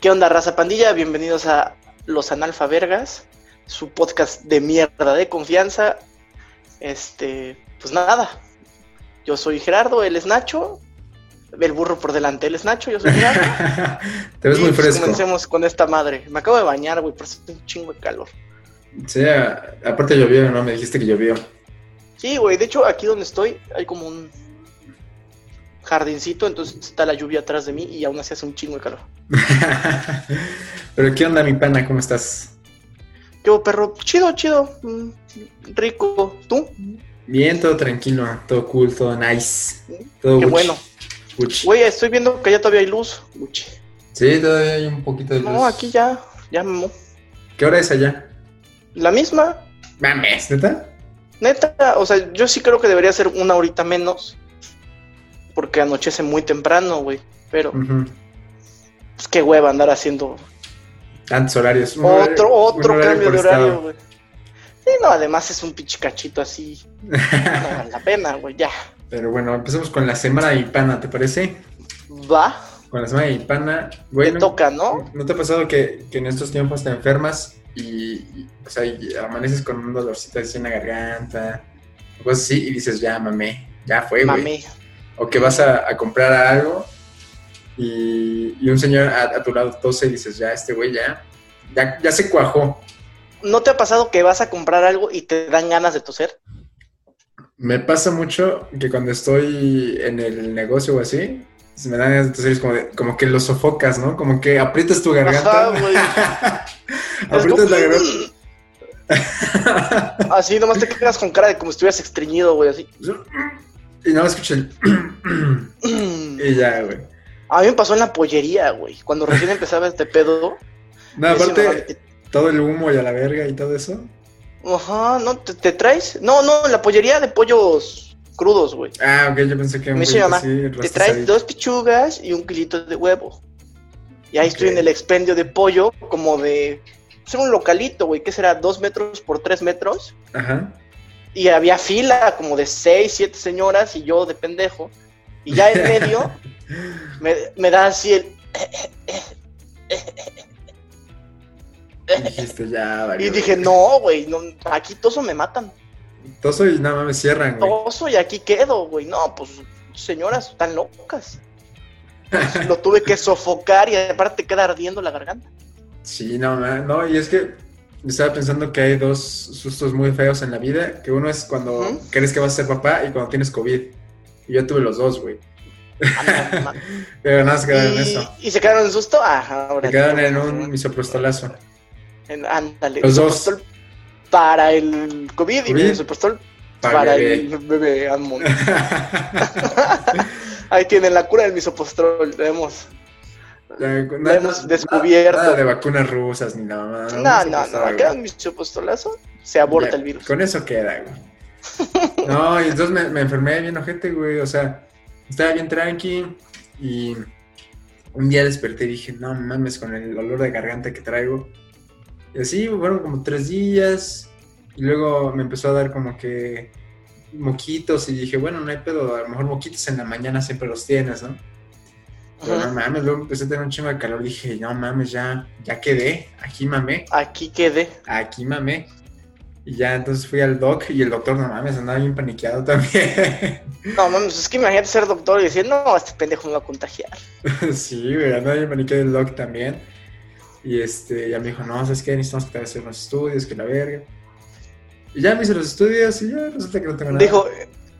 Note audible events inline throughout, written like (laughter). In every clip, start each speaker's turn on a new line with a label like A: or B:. A: ¿Qué onda, raza pandilla? Bienvenidos a Los Analfabergas, su podcast de mierda de confianza. Este, pues nada, yo soy Gerardo, él es Nacho, el burro por delante, él es Nacho, yo soy
B: (laughs)
A: Gerardo.
B: Te ves
A: Y,
B: muy
A: pues,
B: fresco.
A: Comencemos con esta madre. Me acabo de bañar, güey, por eso tengo un chingo de calor.
B: Sí, a- aparte llovió, ¿no? Me dijiste que llovió. (laughs)
A: Sí, güey, de hecho aquí donde estoy hay como un jardincito, entonces está la lluvia atrás de mí y aún así hace un chingo de calor.
B: Pero ¿qué onda, mi pana? ¿Cómo estás?
A: Yo, perro, chido, chido, mm, rico, ¿tú?
B: Bien, todo tranquilo, todo cool, todo nice. Todo
A: Qué
B: Gucci,
A: bueno.
B: Gucci.
A: Güey, estoy viendo que ya todavía hay luz, Gucci.
B: Sí, todavía hay un poquito de luz.
A: No, aquí ya, ya mamó.
B: ¿Qué hora es allá?
A: La misma,
B: Mames, ¿neta?
A: neta, o sea, yo sí creo que debería ser una horita menos. Porque anochece muy temprano, güey. Pero,
B: Ujú.
A: pues qué hueva andar haciendo
B: Tantos horarios. Un horario-
A: otro,
B: un
A: otro
B: horario
A: cambio de
B: por estado.
A: horario, güey. Sí, no, además es un pinche cachito así. No vale la pena, güey, ya.
B: (laughs) Pero bueno, empecemos con la semana de mi pana, ¿te parece?
A: Va,
B: Con la semana de mi pana. Bueno,
A: te toca, ¿no?
B: ¿No te ha pasado que, que en estos tiempos te enfermas y, y, o sea, y amaneces con un dolorcito así en la garganta? O cosas así y dices, ya mamé, ya fue, güey.
A: Mami.
B: O que vas a, a comprar algo y, y un señor a, a tu lado tose y dices, ya, este güey ya, ya, ya se cuajó.
A: ¿No te ha pasado que vas a comprar algo y te dan ganas de toser?
B: Me pasa mucho que cuando estoy en el negocio o así, se me dan entonces como, de- como que lo sofocas, ¿no? Como que aprietas tu garganta.
A: Ajá, güey. Es como-
B: aprietas la garganta. (laughs)
A: Así Ah, nomás te quedas con cara de como si estuvieras estreñido, güey, así.
B: Y nada más escuché el... (clears throat) y ya, güey.
A: A mí me pasó en la pollería, güey. Cuando
B: (laughs)
A: recién empezaba este pedo.
B: No,
A: yo sí me
B: Ah, aparte,
A: vale-
B: todo el humo y a la verga y todo eso.
A: Ajá, ¿no? ¿Te, te traes? No, no, en la pollería de pollos crudos, güey.
B: Ah, ok, yo pensé que... un
A: Me dice
B: poquito
A: mi mamá,
B: así,
A: Te
B: rastas
A: traes
B: ahí.
A: dos pichugas y un kilito de huevo. Y ahí estoy
B: Ok.
A: en el expendio de pollo, como de. Es un localito, güey, que será dos metros por tres metros.
B: Ajá.
A: Y había fila como de seis, siete señoras y yo de pendejo. Y ya en
B: (laughs)
A: medio me, me da así el.
B: Y dijiste, ya,
A: (laughs)
B: valió,
A: Y dije,
B: güey.
A: no, güey, no, aquí toso me matan.
B: Toso y nada más me cierran, güey.
A: Toso y aquí quedo, güey. No, pues señoras están locas. Pues, Lo tuve que sofocar y aparte queda ardiendo la garganta.
B: (laughs) Sí, no, ma- no, y es que estaba pensando que hay dos sustos muy feos en la vida, que uno es cuando
A: Ujú.
B: crees que vas a ser papá y cuando tienes COVID. Y yo tuve los dos, güey.
A: A mí no me matan.
B: Pero nada más quedaron en
A: y,
B: eso.
A: y se quedaron en susto. Ajá, ahora.
B: Me quedaron en un misoprostolazo.
A: En- ándale.
B: Los dos.
A: misoprostol Para el COVID y
B: ¿Covid?
A: misoprostol para,
B: Para bebé.
A: el bebé. Amon.
B: (laughs)
A: Ahí tienen la cura del misoprostol. Vemos.
B: Ya, no,
A: hemos descubierto.
B: Eh, Nada de vacunas rusas ni nada más.
A: No, no, no.
B: Estaba,
A: Queda
B: güey.
A: un misopostolazo, se aborta
B: Ya,
A: el virus.
B: Con eso queda, güey. No, y entonces me, me enfermé bien ojete, güey. O sea, estaba bien tranqui y un día desperté y dije, no mames, con el olor de garganta que traigo. Y así fueron como tres días y luego me empezó a dar como que moquitos y dije, bueno, no hay pedo, a lo mejor moquitos en la mañana siempre los tienes, ¿no? Pero
A: Ajá.
B: no mames, luego empecé a tener un chingo de calor. Dije, no mames, ya, ya quedé. Aquí mamé,
A: Aquí quedé.
B: aquí mamé. Y ya entonces fui al doc y el doctor, no mames, andaba bien paniqueado (laughs) también.
A: No, mames, es que imagínate ser doctor y decir, no, este pendejo me va a contagiar.
B: sí, güey, andaba bien paniqueado el doc también. Y este, ya me dijo, no, ¿sabes qué? Necesitamos que te hagas unos estudios, que la verga. Y ya me hice los estudios y ya resulta que no tengo nada. (laughs)
A: Dijo,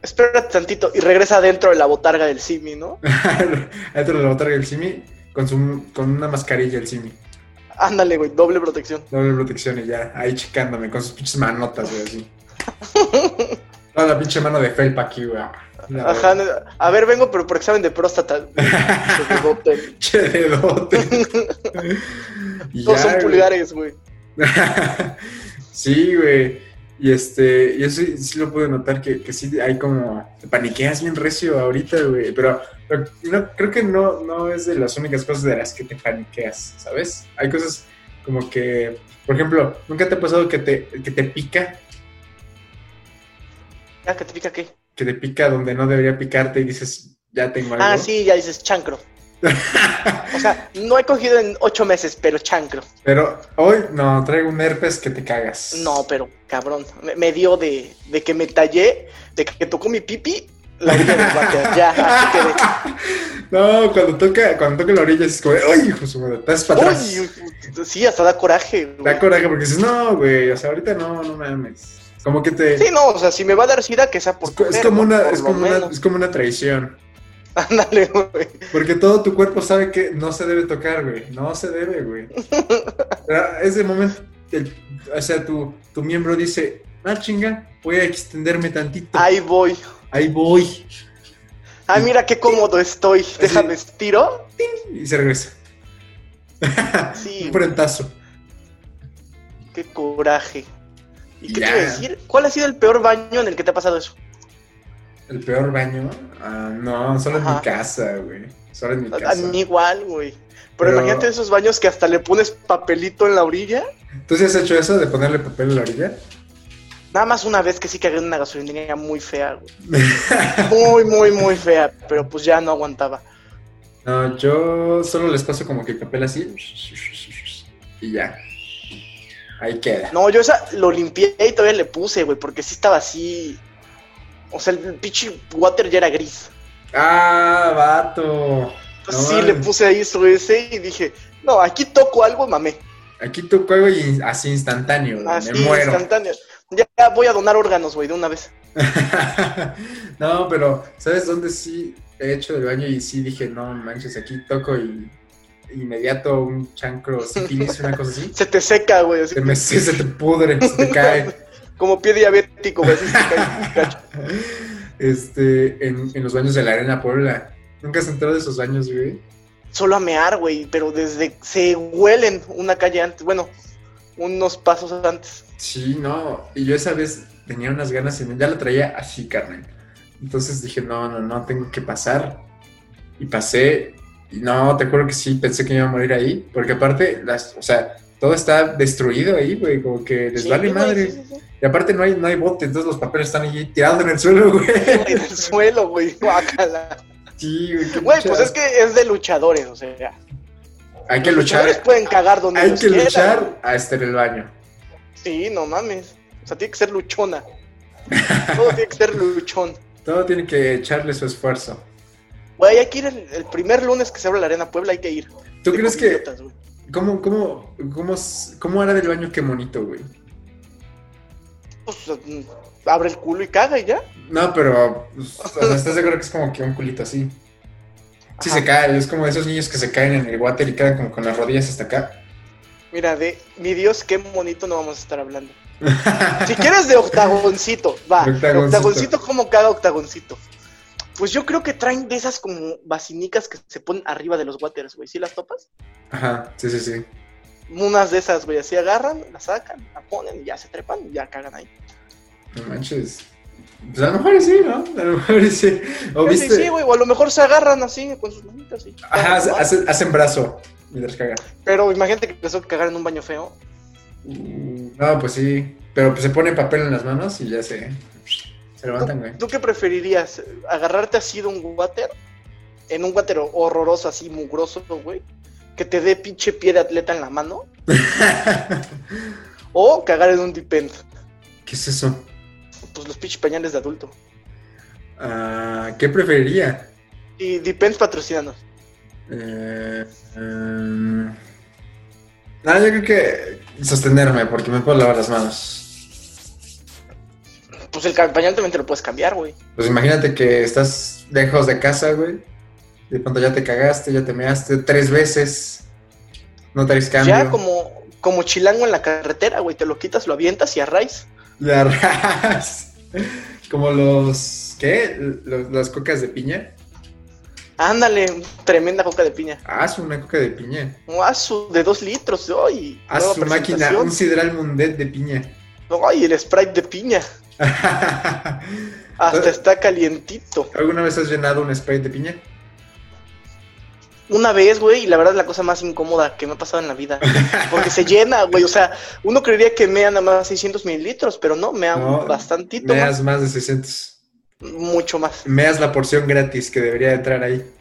A: espérate tantito y regresa dentro de la botarga del simi,
B: (laughs)
A: ¿no?
B: Adentro de la botarga del simi, con, su, con una mascarilla el simi.
A: Ándale, güey, doble protección.
B: doble protección y ya, ahí checándome con sus pinches manotas, güey, así. (laughs) Toda la pinche mano de felpa aquí, güey. La
A: Ajá,
B: verdad.
A: a ver, vengo, pero por examen de próstata.
B: (laughs)
A: Dos
B: Che
A: (laughs)
B: dedote. Y ya,
A: son
B: güey.
A: pulgares, güey.
B: (laughs) sí, güey. Y este, yo sí, sí lo pude notar que, que sí hay como. Te paniqueas bien recio ahorita, güey. Pero, pero no, creo que no, no es de las únicas cosas de las que te paniqueas, ¿sabes? Hay cosas como que. Por ejemplo, ¿nunca te ha pasado que te, que te pica
A: Ah, ¿qué te pica qué?
B: que te pica donde no debería picarte y dices, ya tengo algo. (laughs)
A: Ah, sí, ya dices chancro. O sea, no he cogido en ocho meses, pero chancro.
B: Pero hoy no, traigo un herpes que te cagas.
A: No, pero cabrón. Me, me dio de, de que me tallé, de que tocó mi pipi, la orilla del váter. Ya, así quedé.
B: No, cuando toca, cuando toca la orilla es como, ¡ay, hijo de su madre! Estás para (laughs) atrás.
A: Uy, uy, sí, hasta da coraje. güey.
B: Da coraje porque dices, no, güey, o sea, ahorita no, no mames. Como que te.
A: Sí, no, o sea, si me va a dar sida, que sea por
B: es, co- es
A: comer,
B: como
A: ¿no?
B: una,
A: Por
B: es
A: lo
B: como una,
A: menos. (laughs)
B: es como una traición.
A: Ándale, güey.
B: Porque todo tu cuerpo sabe que no se debe tocar, güey. No se
A: (laughs)
B: debe, güey. Pero ese momento, el- o sea, tu, tu miembro dice, ah, chinga, voy a extenderme tantito.
A: Ahí voy.
B: Ahí voy.
A: Ay, mira qué cómodo estoy. Déjame estiro.
B: Y se regresa.
A: Sí,
B: (laughs) Un frentazo.
A: qué coraje. ¿Y qué
B: Ya.
A: te iba a decir? ¿Cuál ha sido el peor baño en el que te ha pasado eso?
B: ¿El peor baño? Ah, no, solo en mi
A: Ajá.
B: casa, güey. Solo en mi
A: A- A
B: casa.
A: mí igual, güey. Pero,
B: Pero-
A: imagínate esos baños que hasta le pones papelito en la orilla.
B: ¿Tú sí has hecho eso de ponerle papel a la orilla?
A: Nada más una vez que sí cagué en una gasolinería muy fea, güey. Muy, muy, muy fea. Pero pues ya no aguantaba.
B: no, yo solo les paso como que el papel así. Y ya. Ahí queda.
A: No, yo esa lo limpié y todavía le puse, güey, porque sí estaba así. O sea, el pinche water ya era gris.
B: ¡Ah, vato!
A: Entonces,
B: No
A: sí, le
B: mames.
A: puse ahí su ese y dije, no, aquí toco algo y mamé.
B: Aquí tu juego y así instantáneo, güey,
A: Así,
B: me muero.
A: instantáneo. Ya ya voy a donar órganos, güey, de una vez.
B: (laughs) no, pero ¿sabes dónde sí he hecho del baño y sí dije, no manches, aquí toco y inmediato un chancro, sífilis, una cosa así?
A: Se te seca, güey, así
B: Se, me, se, se te pudre, se te cae. (laughs)
A: como pie diabético, güey. así se cae, (laughs) cacho.
B: Este, en, en los baños de la Arena Puebla. Nunca se enteró de esos baños, güey.
A: Solo a mear, güey, pero desde se huelen una calle antes, bueno, unos pasos antes.
B: Sí, no. Y yo esa vez tenía unas ganas y ya la traía así, carnal. Entonces dije, no, no, no, tengo que pasar. Y pasé. Y no, te juro que sí, pensé que me iba a morir ahí. Porque aparte, las, o sea, todo está destruido ahí, güey. Como que les
A: Sí,
B: vale
A: güey,
B: madre.
A: sí, sí, sí.
B: Y aparte no hay, no hay bote, entonces los papeles están allí tirados en el suelo,
A: (laughs)
B: güey.
A: En el suelo, güey, (laughs) guácala.
B: Sí, güey. qué
A: Güey,
B: pinche
A: pues es que es de luchadores, o sea.
B: Hay que
A: los luchadores
B: luchar.
A: pueden cagar donde
B: Hay
A: ellos
B: que
A: quieran.
B: luchar a estar en el baño.
A: Sí, no mames. O sea, tiene que ser luchona. Todo tiene que ser luchón.
B: Todo tiene que echarle su esfuerzo.
A: Güey, hay que ir el, el primer lunes que se abre la Arena Puebla, hay que ir.
B: ¿Tú
A: De
B: crees que.?
A: covidiotas, güey.
B: ¿Cómo, cómo, cómo, s- cómo era del baño qué monito, güey?
A: Pues, mm, abre el culo y caga y ya.
B: No, pero pues, o sea, estás seguro que es como que un culito así. Sí
A: Ajá.
B: se cae, es como esos niños que se caen en el water y quedan como con las rodillas hasta acá.
A: Mira, de mi Dios, qué bonito no vamos a estar
B: (laughs)
A: hablando. Si quieres de octagoncito, va.
B: De octagoncito.
A: Octagoncito. ¿cómo caga octagoncito? Pues yo creo que traen de esas como basinicas que se ponen arriba de los waters, güey. ¿Sí las topas?
B: Ajá, sí, sí, sí.
A: Unas de esas, güey, así agarran, la sacan, la ponen y ya se trepan y ya cagan ahí.
B: No manches. Pues a lo mejor sí, ¿no? A lo mejor sí. O
A: Sí,
B: viste.
A: Sí, güey, o a lo mejor se agarran así con sus manitas. y-
B: Ajá, hace- hacen, hacen brazo mientras cagan.
A: Pero imagínate que empezó a cagar en un baño feo. Mm.
B: No, pues sí. Pero pues se pone papel en las manos y ya se. Se
A: (laughs)
B: levantan, güey.
A: ¿Tú qué preferirías? ¿Agarrarte así de un water? En un water horroroso, así mugroso, güey. Que te dé pinche pie de atleta en la mano. O cagar en un dipend.
B: ¿Qué es eso?
A: Pues los pinches pañales de adulto.
B: Ah, ¿Qué preferiría?
A: Y dipend patrocinanos.
B: Eh, em, no, yo creo que sostenerme porque me puedo lavar las manos.
A: Pues el ca- pañal también te lo puedes cambiar, güey.
B: Pues imagínate que estás lejos de casa, güey. De pronto ya te cagaste, ya te measte tres veces. No traes cambio.
A: Ya como, como chilango en la carretera, güey. Te lo quitas, lo avientas y arraes.
B: Le arras- (laughs) Como los. ¿Qué? Los- las cocas de piña.
A: Ándale, tremenda coca de piña.
B: Haz una coca de piña.
A: Ah, su de dos litros, ¡ay!
B: Haz
A: nueva
B: su máquina,
A: presentación.
B: un sidral mundet de piña. (laughs)
A: ¡Ay, el Sprite de piña! Hasta
B: Entonces-
A: está calientito.
B: ¿Alguna vez has llenado un spray de piña?
A: Una vez, güey, y la verdad es la cosa más incómoda que me ha pasado en la vida. Porque se llena, güey. O sea, uno creería que mea nada más 600 mililitros, pero no, mea
B: No,
A: bastantito más,
B: Meas más de 600.
A: mucho más.
B: Meas la porción gratis que debería entrar ahí. (laughs)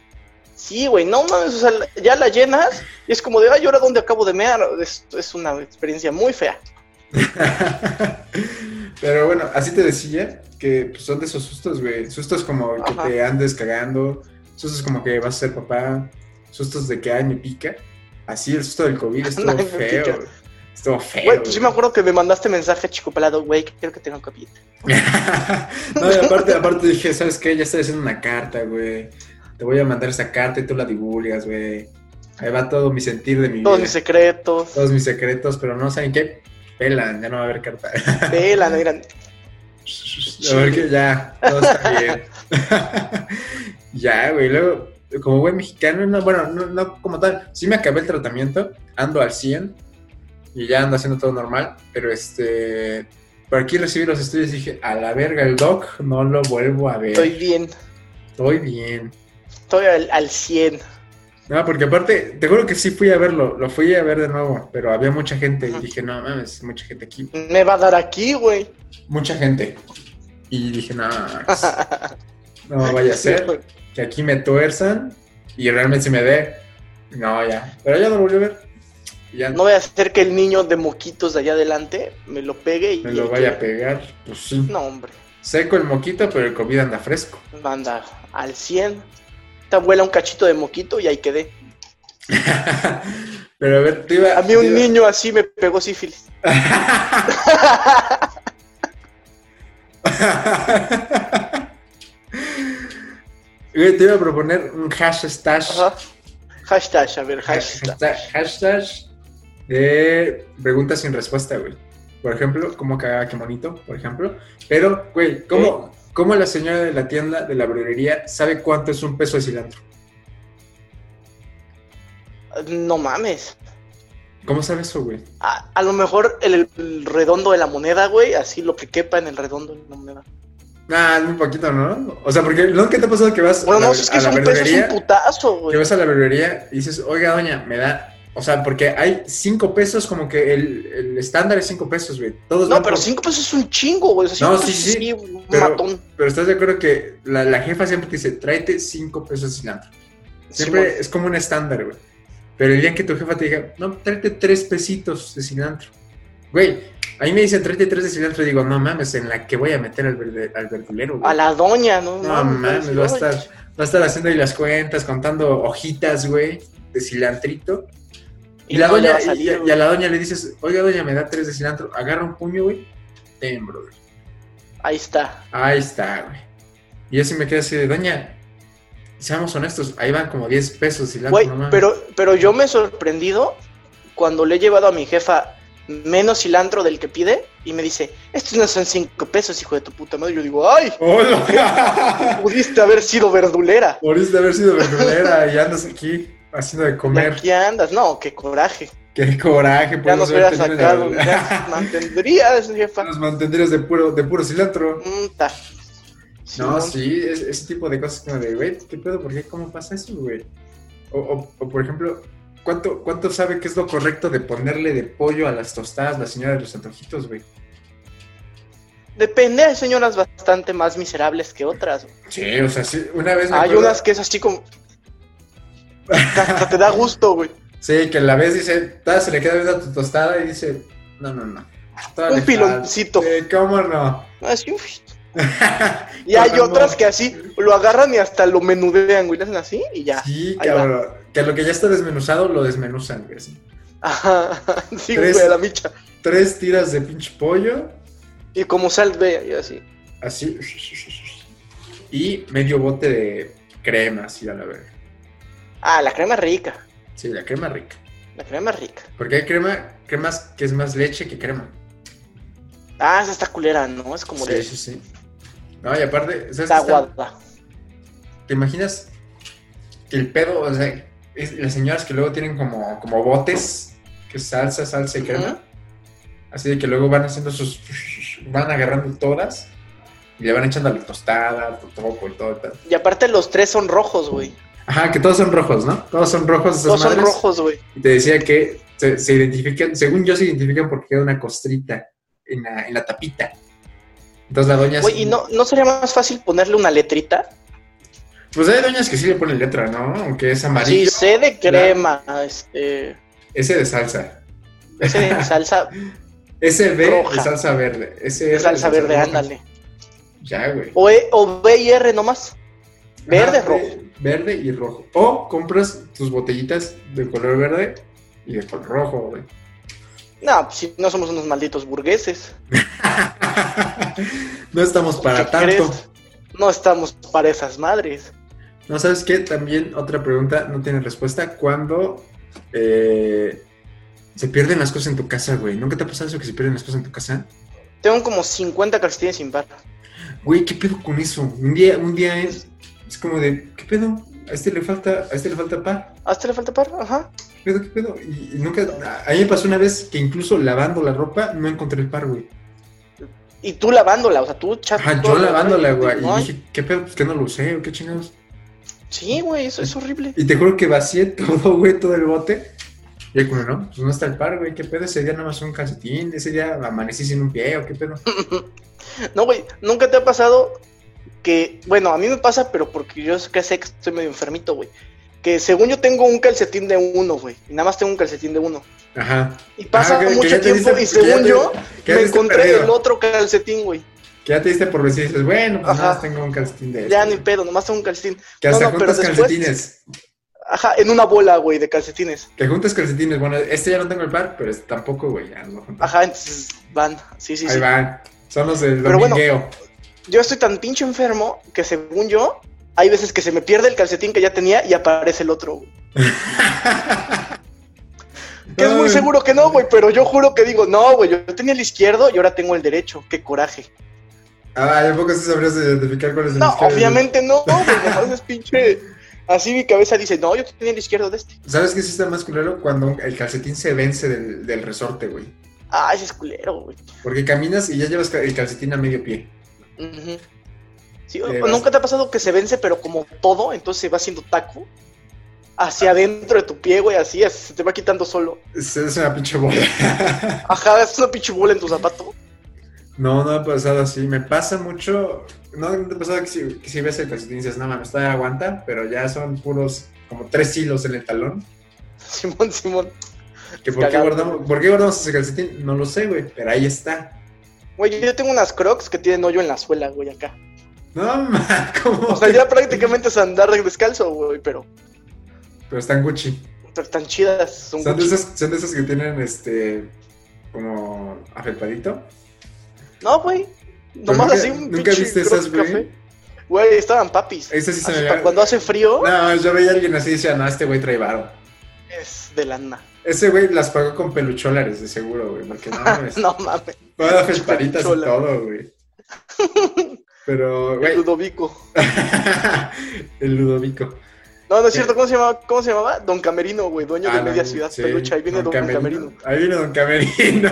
A: Sí, güey, no mames, o sea, ya la llenas y es como de, ay, ¿y ahora dónde acabo de mear? Es, es una experiencia muy fea.
B: Pero bueno, así te decía que pues, son de esos sustos, güey. Sustos como que
A: Ajá.
B: te andes cagando, sustos como que vas a ser papá, sustos de que ay me pica. Así el susto del COVID estuvo
A: Ay, me
B: feo.
A: pica.
B: güey. Estuvo feo.
A: Güey, pues sí me
B: güey.
A: acuerdo que me mandaste mensaje chico pelado, güey, que creo que tengo capita.
B: (laughs) no, y aparte, aparte dije, ¿sabes qué? Ya estoy haciendo una carta, güey. Te voy a mandar esa carta y tú la divulgas, güey. Ahí va todo mi sentir de mi
A: Todos
B: vida.
A: mis
B: (laughs)
A: secretos.
B: todos mis secretos, pero no saben qué. Pelan, ya no va a haber carta.
A: de la negra.
B: A ver que ya, todo está bien. (laughs) ya, güey, luego, como buen mexicano, no, bueno, no, no como tal, sí me acabé el tratamiento, ando al 100 y ya ando haciendo todo normal, pero este, por aquí recibí los estudios y dije, a la verga, el doc, no lo vuelvo a ver,
A: Estoy
B: estoy,
A: bien.
B: bien.
A: Estoy al, al 100.
B: No, porque aparte, te juro que sí fui a verlo, lo fui a ver de nuevo, pero había mucha gente y
A: Ajá.
B: dije, no mames, mucha gente aquí,
A: Me va a dar aquí, güey.
B: mucha gente. Y dije, no, no vaya a ser. que aquí me tuerzan y realmente se me dé. No, ya. Pero ya no lo volví a ver. Y Ya
A: No voy a hacer que el niño de moquitos de allá adelante me lo pegue y.
B: me lo vaya a pegar. Pues sí.
A: No, hombre.
B: Seco el moquito, pero el COVID anda fresco.
A: Manda al 100. Te abuela un cachito de moquito y ahí quedé.
B: pero a ver, te iba.
A: A mí
B: te
A: un
B: iba- (laughs)
A: niño así me pegó sífilis.
B: Güey, te iba a proponer un hashtag.
A: Ajá. Hashtag, a ver, hashtag.
B: hashtag. hashtag de preguntas sin respuesta, güey. Por ejemplo, ¿cómo cagaba qué bonito? Por ejemplo. Pero, güey, ¿cómo, ¿cómo la señora de la tienda, de la brujería, sabe cuánto es un peso de cilantro?
A: No mames.
B: ¿Cómo sabe eso, güey?
A: A, a lo mejor el, el redondo de la moneda, güey, así lo que quepa en el redondo de la moneda.
B: Ah, es muy poquito, ¿no? O sea, porque ¿no? ¿Qué te ha pasado que vas
A: Bueno,
B: a la,
A: no, es que
B: a la
A: es un peso, es un
B: verdulería?
A: putazo,
B: que
A: güey.
B: vas a la verdulería y dices, oiga, doña, me da... O sea, porque hay cinco pesos, como que el, el estándar es cinco pesos, güey. Todos
A: No,
B: van
A: pero
B: por-
A: cinco pesos es un chingo, güey. O sea, cinco
B: No, sí,
A: pesos
B: sí,
A: sí, un
B: pero-
A: matón.
B: Pero estás de acuerdo que la, la jefa siempre te dice, tráete cinco pesos de cilantro. Siempre
A: Simón.
B: es como un estándar, güey. Pero el día en que tu jefa te diga, no, tráete tres pesitos de cilantro. Güey, ahí me dicen, tráete tres de cilantro. Y digo, no mames, en la que voy a meter al, verde- al verdulero, güey.
A: a la doña, ¿no?
B: no mames, va a
A: güey.
B: estar, va a estar haciendo ahí las cuentas, contando hojitas, güey, de cilantrito. Y, la
A: no le
B: doña,
A: va a salir,
B: y- y
A: güey.
B: a la doña le dices, oiga, doña, me da tres de cilantro. Agarra un puño, güey. Ten, brother.
A: Ahí está.
B: Ahí está, güey. Y yo sí me quedé así de, doña, seamos honestos, ahí van como 10 pesos de cilantro,
A: Güey,
B: no mames.
A: pero, pero yo me he sorprendido cuando le he llevado a mi jefa menos cilantro del que pide y me dice, estos no son cinco pesos, hijo de tu puta madre. Yo digo, ¡ay!
B: Oh, (laughs) ¡Hola!
A: Pudiste haber sido verdulera.
B: Moriste de haber sido verdulera y andas aquí haciendo de
A: ¿De
B: comer.
A: aquí andas? No, qué coraje.
B: Qué coraje, por
A: Ya
B: no
A: nos
B: haber
A: hubieras
B: tenido la
A: sacado.
B: verdulera.
A: Ya mantendrías, jefa.
B: (laughs) Nos mantendrías de puro, de puro cilantro.
A: Mm, ta.
B: no,
A: Simón.
B: sí, es- ese tipo de cosas como de, güey, ¿qué pedo? ¿Por qué? ¿Cómo pasa eso, güey? O, o- o, por ejemplo, ¿cuánto, ¿cuánto sabe que es lo correcto de ponerle de pollo a las tostadas la señora de los antojitos, güey?
A: Depende, hay señoras bastante más miserables que otras. güey.
B: Sí, o sea, sí, una vez me
A: Hay
B: acuerdo-
A: unas que es así como. (laughs) Hasta te da gusto, güey.
B: Sí, que a la vez dice, toda se le queda viendo a tu tostada y dice, no, no, no. Toda
A: Un
B: le falta".
A: piloncito.
B: Sí, ¿Cómo no?
A: Así,
B: (laughs)
A: uy. Y hay
B: Cuando-
A: otras que así lo agarran y hasta lo menudean, güey. Le hacen así y ya.
B: Sí,
A: ahí
B: cabrón. Que lo que ya está desmenuzado lo desmenuzan, güey. así.
A: (laughs) Ajá. Sí,
B: Tres.
A: güey, a la micha.
B: Tres tiras de pinche pollo,
A: Y como sal de y así.
B: así. Y medio bote de crema, así a la verga.
A: Ah, la crema es rica.
B: Sí, la crema rica.
A: La crema es rica.
B: Porque hay crema, cremas que es más leche que crema.
A: Ah, esa está culera, ¿no? Es como
B: Sí,
A: de.
B: sí, sí. No, y aparte, ¿sabes
A: Está
B: qué está-
A: aguada.
B: ¿Te imaginas que el pedo, o sea, es- las señoras que luego tienen como, como botes, que es salsa, salsa y crema,
A: Ujú.
B: así de que luego van haciendo sus, van agarrando todas y le van echando a la tostada, tu toco y todo. y tal.
A: Y aparte los tres son rojos, güey.
B: Ajá, que todos son rojos, ¿no? Todos son rojos esas
A: Todos son
B: madres.
A: rojos, güey.
B: Y te decía que se, se identifican, según yo se identifican porque queda una costrita en la, en la tapita. Entonces la doña...
A: Güey, ¿y no, no sería más fácil ponerle una letrita?
B: Pues hay doñas que sí le ponen letra, ¿no? Aunque es
A: Sí,
B: amarillo.
A: sé de crema, este,
B: Ese de salsa.
A: ese
B: (laughs)
A: de salsa,
B: Ese B de
A: Roja.
B: salsa verde. Ese
A: de
B: R
A: salsa verde,
B: roja.
A: ándale.
B: Ya, güey.
A: O, E- o B y R nomás. Verde,
B: Ajá,
A: rojo.
B: ve- Verde y rojo. O compras tus botellitas de color verde y de color rojo, güey. (laughs)
A: No, pues si no somos unos malditos burgueses.
B: no estamos para
A: ¿Qué
B: tanto.
A: crees? No estamos para esas madres.
B: No, ¿sabes qué? También otra pregunta no tiene respuesta. ¿Cuándo eh, se pierden las cosas en tu casa, güey? ¿Nunca te ha pasado eso que se pierden las cosas en tu casa?
A: Tengo como 50 calcetines sin par.
B: Güey, ¿qué pedo con eso? Un día, un día es, es como de, ¿qué pedo? A este le falta, a este le falta par.
A: ¿Hasta le falta par? Ajá.
B: ¿Qué pedo, qué pedo? Y, y nunca, a a mí me pasó una vez que incluso lavando la ropa no encontré el par, güey.
A: Y tú lavándola, o sea, tú chato.
B: Ajá, yo lavándola, güey. Y dije, ¿qué pedo? Pues que no lo usé, o qué chingados.
A: Sí, güey, eso es horrible.
B: Y te juro que vacié (laughs) todo, güey, todo el bote. Y como, no, pues no está el par, güey, qué pedo, ese día nada más un calcetín, ese día amanecí sin un pie, o qué pedo.
A: No, güey, nunca te ha pasado que, bueno, a mí me pasa, pero porque yo sé que sé que estoy medio enfermito, güey. Que según yo tengo un calcetín de uno, güey. Y nada más tengo un calcetín de uno.
B: Ajá.
A: Y pasa
B: Ah, que- que
A: mucho
B: ya te
A: tiempo
B: diste-
A: y
B: que ya
A: según
B: te-
A: yo
B: que ya
A: me
B: te diste
A: encontré
B: perdido,
A: el otro calcetín, güey.
B: Que ya te diste por vencido y dices, bueno, pues
A: Ajá.
B: nada más tengo un calcetín de
A: Ya
B: este.
A: ni pedo, nomás tengo un calcetín.
B: Que
A: no,
B: hasta
A: no, pero
B: juntas
A: después-
B: calcetines.
A: Ajá, en una bola, güey, de calcetines.
B: Que juntas calcetines, bueno, este ya no tengo el par, pero este tampoco, güey, ya lo juntas.
A: Ajá, entonces van. Sí, sí,
B: Ahí
A: sí.
B: van. Son los del
A: Pero bueno,
B: domingueo.
A: Yo estoy tan pinche enfermo que según yo, hay veces que se me pierde el calcetín que ya tenía y aparece el otro. güey. Que es muy
B: Ay.
A: seguro que no, güey, pero yo juro que digo, no, güey, yo tenía el izquierdo y ahora tengo el derecho. Qué coraje.
B: Ah, ¿a poco sí sabrías identificar cuál es el
A: No,
B: izquierdo?
A: obviamente no, güey, nomás es pinche. Así mi cabeza dice, no, yo tenía el izquierdo de este.
B: ¿Sabes qué sí está más culero? Cuando el calcetín se vence del, del resorte, güey.
A: Ah, ese es culero, güey.
B: Porque caminas y ya llevas ca- el calcetín a medio pie.
A: Ujú. Sí,
B: Eh,
A: ¿o- ¿Nunca te ha pasado que se vence, pero como todo, entonces se va haciendo taco hacia adentro de tu pie, güey, así es, se te va quitando solo.
B: Es, es una pinche bola.
A: Ajá, es una pinche bola en tu zapato. (laughs)
B: No, no me ha pasado así. Me pasa mucho. No, no te ha pasado que si, que si ves el calcetín y dices, no mames, todavía aguanta, pero ya son puros como tres hilos en el talón.
A: Simón, Simón.
B: Que por, qué
A: Cagado.
B: guardamos, ¿Por qué guardamos ese calcetín? No lo sé, güey, pero ahí está.
A: Güey, yo tengo unas crocs que tienen hoyo en la suela, güey, acá.
B: No, ma, (laughs) ¿cómo?
A: O sea, ya prácticamente es andar descalzo, güey, pero,
B: Pero están Gucci.
A: pero están chidas. Son
B: Son de,
A: Gucci.
B: esas, son de esas que tienen este. como. afelpadito.
A: No, güey.
B: Pero
A: Nomás
B: nunca-
A: así un
B: ¿Nunca
A: pinche
B: viste
A: croc
B: esas, güey?
A: café. Güey, estaban papis.
B: Esas sí se
A: Así
B: me
A: para
B: veían-
A: cuando hace frío,
B: No, yo veía a alguien así y decía, no, este güey trae varo.
A: es de lana.
B: Ese güey las pagó con pelucholares, de seguro, güey, porque
A: (laughs)
B: Ah, no mames.
A: No mames,
B: Todas las paritas y
A: Chola.
B: todo, güey. Pero, güey.
A: Ludovico.
B: (laughs) el Ludovico.
A: No, no es cierto, ¿cómo se llamaba? ¿Cómo se llamaba? Don Camerino, güey, dueño
B: Ah,
A: de media
B: no,
A: ciudad
B: sí,
A: pelucha. Ahí viene Don, Camerino.
B: Ahí viene Don
A: (laughs)
B: Camerino.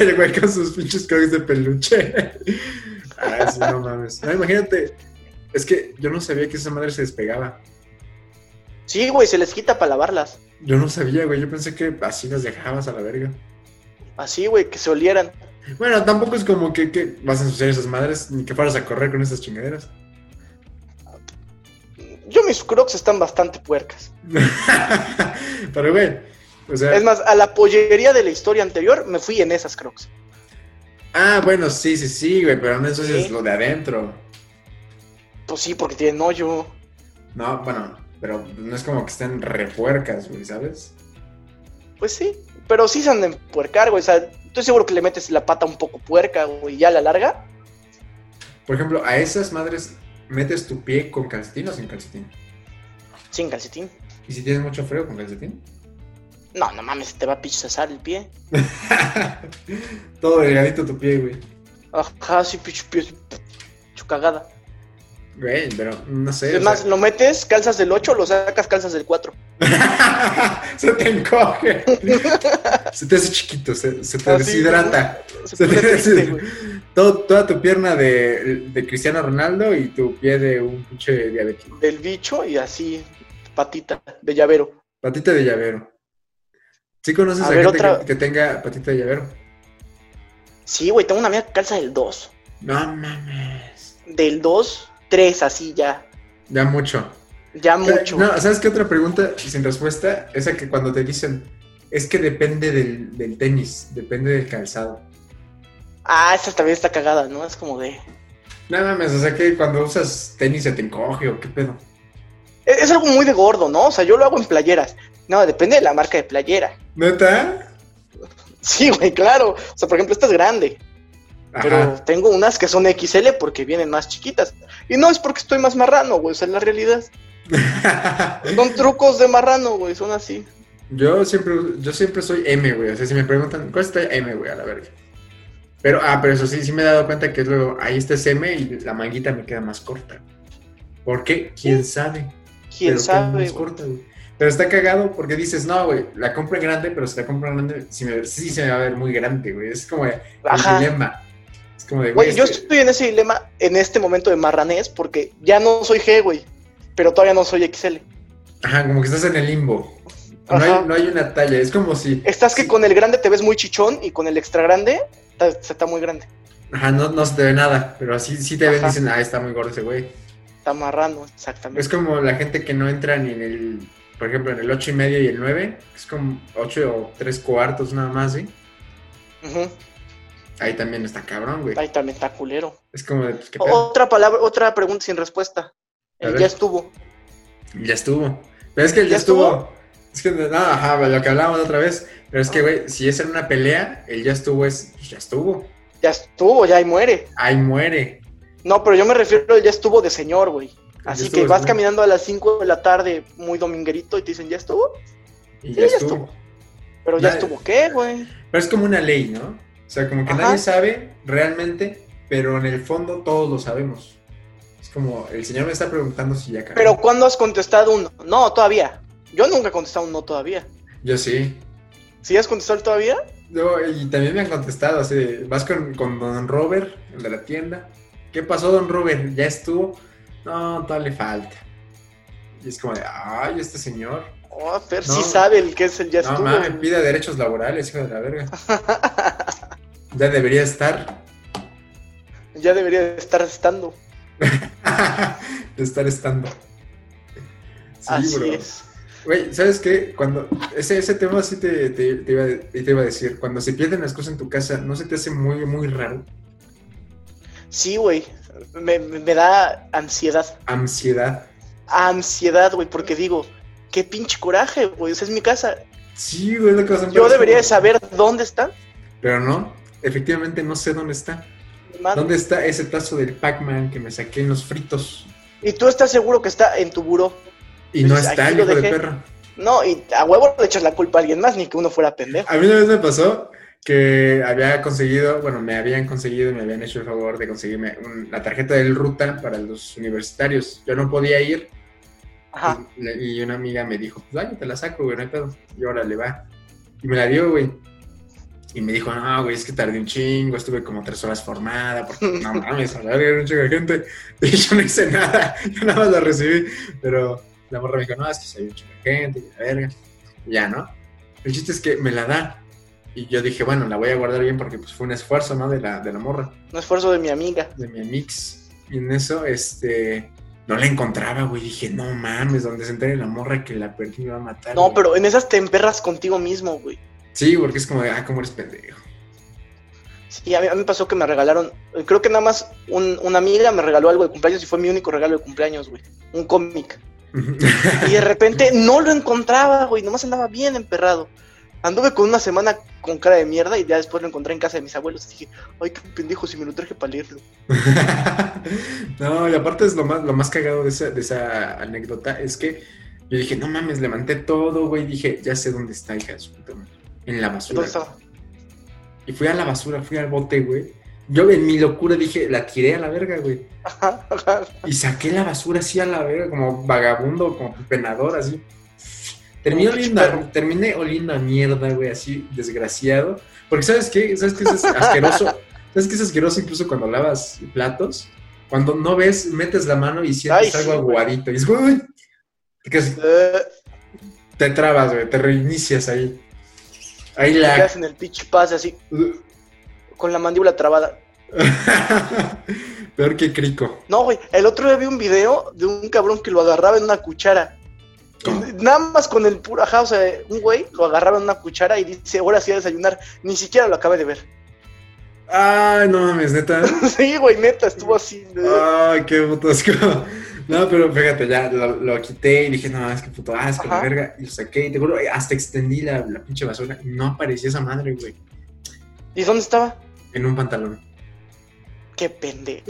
B: el güey con sus pinches crocs de peluche. Ah, sí, no mames. No, imagínate. Es que yo no sabía que esa madre se despegaba.
A: Sí, güey, se les quita para lavarlas.
B: Yo no sabía, güey. Yo pensé que así las dejabas a la verga.
A: Así, güey, que se olieran.
B: Bueno, tampoco es como que, que vas a ensuciar esas madres ni que fueras a correr con esas chingaderas.
A: Yo mis crocs están bastante puercas.
B: (laughs) Pero, güey. O sea,
A: Es más, a la pollería de la historia anterior me fui en esas crocs.
B: Ah, bueno, sí, sí, sí, güey, pero no ensucias
A: Sí.
B: lo de adentro.
A: Pues sí, porque tienen hoyo.
B: No, bueno, pero no es como que estén repuercas, güey, ¿sabes?
A: Pues sí, pero sí se andan puercar, güey. O sea, estoy seguro que le metes la pata un poco puerca, güey, y ya a la larga.
B: Por ejemplo, a esas madres metes tu pie con calcetín o sin calcetín.
A: Sin calcetín.
B: Y si tienes mucho frío con calcetín. (laughs)
A: No, no mames, te va a pinche cesar el pie.
B: Todo delgadito tu pie, güey.
A: Ajá, sí, pinche pie. sí, Chucagada.
B: Güey, pero no sé.
A: Es
B: o
A: más,
B: sea-
A: lo metes, calzas del 8, lo sacas, calzas del 4.
B: (laughs) se
A: (laughs)
B: te encoge. se te hace chiquito, se, se te
A: Así,
B: deshidrata.
A: Se
B: Se
A: pone
B: te
A: Pues triste,
B: hace-
A: güey.
B: Todo- toda tu pierna de, de Cristiano Ronaldo y tu pie de un pinche diabético.
A: Del bicho y así, patita, de llavero.
B: Patita de llavero. ¿Sí conoces a,
A: A ver,
B: gente
A: otra-
B: que, que tenga patita de llavero?
A: Sí, güey, tengo una amiga que calza del 2.
B: No mames.
A: Del 2, 3, así ya.
B: Ya mucho. Eh,
A: Ya mucho.
B: No, ¿sabes qué otra pregunta sin respuesta? Esa que cuando te dicen, es que depende del, del tenis, depende del calzado.
A: Ah, esa también está cagada, ¿no? Es como de. e-,
B: No mames, o sea que cuando usas tenis se te encoge o qué pedo.
A: Es, es algo muy de gordo, ¿no? O sea, yo lo hago en playeras. No, depende de la marca de playera. (laughs)
B: ¿Neta?
A: Sí, güey, claro. O sea, por ejemplo, esta es grande.
B: Ajá.
A: Pero tengo unas que son XL porque vienen más chiquitas. Y no es porque estoy más marrano, güey. O sea, es la realidad.
B: (laughs)
A: Son trucos de marrano, güey. Son así.
B: yo siempre, yo siempre soy M, güey. O sea, si me preguntan, ¿cuál está M, güey? A la verga. Pero, ah, pero eso sí, sí me he dado cuenta que es luego, ahí está es M y la manguita me queda más corta. ¿Por qué? ¿Quién sabe?
A: ¿Quién
B: Pero queda
A: sabe, güey?
B: más corta, güey. Pero está cagado porque dices, no, güey, la compra grande, pero si la compra grande, sí, me- sí se me va a ver muy grande, güey. Es como el
A: Ajá.
B: dilema. Es como de, güey,
A: Güey, yo
B: este-
A: estoy en ese dilema en este momento de marranés porque ya no soy G, güey. Pero todavía no soy XL.
B: Ajá, como que estás en el limbo. No hay,
A: Ajá.
B: no hay una talla, es como si...
A: Estás que con el grande te ves muy chichón y con el extra grande está, está muy grande.
B: Ajá, no, no se te ve nada, pero así sí te ven y
A: Ajá.
B: dicen, ah, está muy gordo ese güey.
A: Está marrano, exactamente.
B: Es como la gente que no entra ni en el, por ejemplo, en el ocho y medio y el 9, es como 8 o 3 cuartos nada más, ¿sí?
A: Ujú.
B: Ahí también está cabrón, güey.
A: Ahí también está culero.
B: Es como de, pues, ¿qué pedo?
A: Otra palabra, otra pregunta sin respuesta.
B: A
A: El
B: ver.
A: ya estuvo.
B: Ya estuvo. Pero es que el ya,
A: ¿Ya
B: estuvo...
A: estuvo? Ah.
B: Es que, no, ajá, lo que hablábamos otra vez. Pero es que, güey, si es en una pelea, el ya estuvo es, pues, ya estuvo.
A: Ya estuvo, ya ahí muere.
B: Ahí muere.
A: No, pero yo me refiero al ya estuvo de señor, güey. Así
B: estuvo
A: que
B: de
A: vas
B: señor.
A: caminando a las 5 de la tarde muy dominguerito y te dicen, ¿ya estuvo?
B: Y
A: Sí,
B: ya
A: ya
B: estuvo.
A: estuvo. Pero ya
B: Ya-
A: estuvo, ¿qué, güey?
B: Pero es como una ley, ¿no? O sea, como que
A: Ajá.
B: nadie sabe realmente, pero en el fondo todos lo sabemos. Es como, el señor me está preguntando si ya cagó.
A: Pero ¿cuándo has contestado un no? No, todavía. Yo nunca he contestado un no todavía.
B: Yo sí.
A: ¿Sí has contestado el todavía?
B: Yo- y también me han contestado, así, de, vas con, con don Robert, el de la tienda. ¿Qué pasó, don Robert? ¿Ya estuvo? No, todavía le falta. Y es como de, ay, este señor.
A: Oh, Fer
B: No.
A: sí sabe el que es el ya
B: no,
A: estuvo.
B: mames, pida derechos laborales, hijo de
A: (laughs)
B: la verga. ya debería estar. (laughs)
A: Ya debería de estar estando.
B: de estar estando. Sí,
A: Así
B: bro.
A: es.
B: Güey, ¿sabes qué? Cuando ese, ese tema sí te, te, te iba, te iba a decir, cuando se pierden las cosas en tu casa, ¿no se te hace muy, muy raro?
A: Sí, güey. Me, me- me da ansiedad.
B: Ansiedad.
A: Ansiedad, güey, porque digo, qué pinche coraje, güey. Esa es mi casa.
B: Sí, güey, lo que vas a
A: Yo
B: empezar.
A: debería de saber dónde está.
B: Pero no, efectivamente no sé dónde está.
A: mi madre.
B: ¿Dónde está ese tazo del Pac-Man que me saqué en los fritos?
A: Y tú estás seguro que está en tu buró.
B: Y no
A: Pues,
B: está,
A: aquí
B: el hijo
A: lo
B: de
A: dejé.
B: perro.
A: No, y a huevo le echas la culpa a alguien más, ni que uno fuera pendejo.
B: A mí una vez me pasó que había conseguido, bueno, me habían conseguido, me habían hecho el favor de conseguirme un- la tarjeta del Ruta para los universitarios. Yo no podía ir
A: Ajá.
B: Y, la- y una amiga me dijo, pues dale, te la saco, güey, no hay pedo. Y órale, va. Y me la dio, güey. Y me dijo, no, güey, es que tardé un chingo, estuve como tres horas formada, porque no mames, a la verga, era un chingo de gente. (laughs) Y yo no hice nada, (laughs) yo nada más la recibí. Pero la morra me dijo, no, es que soy un chingo de gente, y la verga. Y ya, ¿no? El chiste es que me la da. Y yo dije, bueno, la voy a guardar bien porque pues fue un esfuerzo, ¿no? De la, de la morra
A: Un esfuerzo de mi amiga.
B: de mi mix. Y en eso, este, no la encontraba, güey. Dije, no mames, donde se entere la morra que la perdí me va a matar.
A: No,
B: güey".
A: pero en esas te emperras contigo mismo, güey.
B: Sí, porque es como de, ah, cómo eres pendejo. (laughs)
A: Sí, a mí, a mí me pasó que me regalaron, eh, creo que nada más un- una amiga me regaló algo de cumpleaños y fue mi único regalo de cumpleaños, güey. Un cómic. Y de repente no lo encontraba, güey, nomás andaba bien emperrado. Anduve con una semana con cara de mierda y ya después lo encontré en casa de mis abuelos. Y dije, ay, qué pendejo, si me lo traje para leerlo.
B: no, y aparte es lo más, lo más cagado de esa, de esa anécdota, es que yo dije, no mames, levanté todo, güey. Dije, ya sé dónde está, hija de su puta madre. En la basura.
A: ¿Dónde estaba?
B: Y fui a la basura, fui al bote, güey. Yo en mi locura dije, la tiré a la verga, güey.
A: Ajá, ajá.
B: Y saqué la basura así a la verga, como vagabundo, como penador, así. Terminé
A: Como
B: oliendo,
A: pinche
B: a, terminé oliendo a mierda, güey, así, desgraciado. Porque ¿sabes qué? ¿Sabes qué es asqueroso? (laughs) ¿Sabes qué es asqueroso incluso cuando lavas platos? Cuando no ves, metes la mano y sientes
A: Ay, sí,
B: algo
A: güey.
B: aguadito. Y es, uy, te, quedas-
A: Eh,
B: te trabas, güey, te reinicias ahí. Ahí
A: te
B: la...
A: quedas en el pitch pase así, con la mandíbula trabada.
B: (laughs) Peor que crico.
A: No, güey, el otro día vi un video de un cabrón que lo agarraba en una cuchara.
B: ¿Cómo?
A: Nada más con el puro, ajá, o sea, un güey lo agarraba en una cuchara y dice, ahora sí a desayunar. Ni siquiera lo acabé de ver. (laughs)
B: Ay, no mames, neta.
A: sí, güey, neta, estuvo así. de-
B: Ay, qué puto (laughs) asco. No, pero fíjate, ya lo, lo quité y dije, no, es que puto asco, la
A: Ajá.
B: verga. Y lo saqué y te juro, hasta extendí la, la pinche basura. y No aparecía esa madre, güey.
A: ¿Y dónde estaba?
B: En un pantalón.
A: Qué
B: (laughs)
A: pendejo.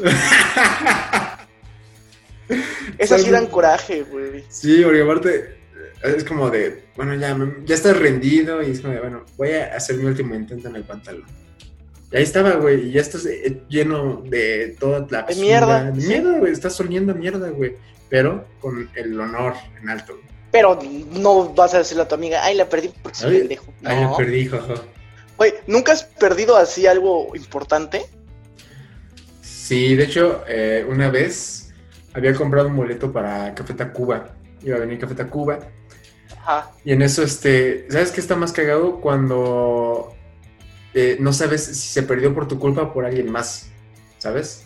A: Esas sí dan coraje, güey.
B: Sí, porque aparte eh, es como de, bueno, ya, me- ya estás rendido y es como de, bueno, voy a hacer mi último intento en el pantalón. Y ahí estaba, güey, y ya estás eh, lleno de toda la
A: De
B: basura,
A: mierda.
B: De mierda, güey, estás oliendo a mierda, güey. Pero con el honor en alto. güey.
A: Pero no vas a decirle a tu amiga, ay, la perdí porque soy
B: Ay,
A: pendejo.
B: Ahí
A: No.
B: lo perdí, jojo.
A: Güey, ¿nunca has perdido así algo importante?
B: Sí, de hecho, eh, una vez había comprado un boleto para Café Tacuba. Iba a venir Café Tacuba.
A: Ajá.
B: Y en eso, este, ¿sabes qué está más cagado? Cuando eh, no sabes si se perdió por tu culpa o por alguien más, ¿sabes?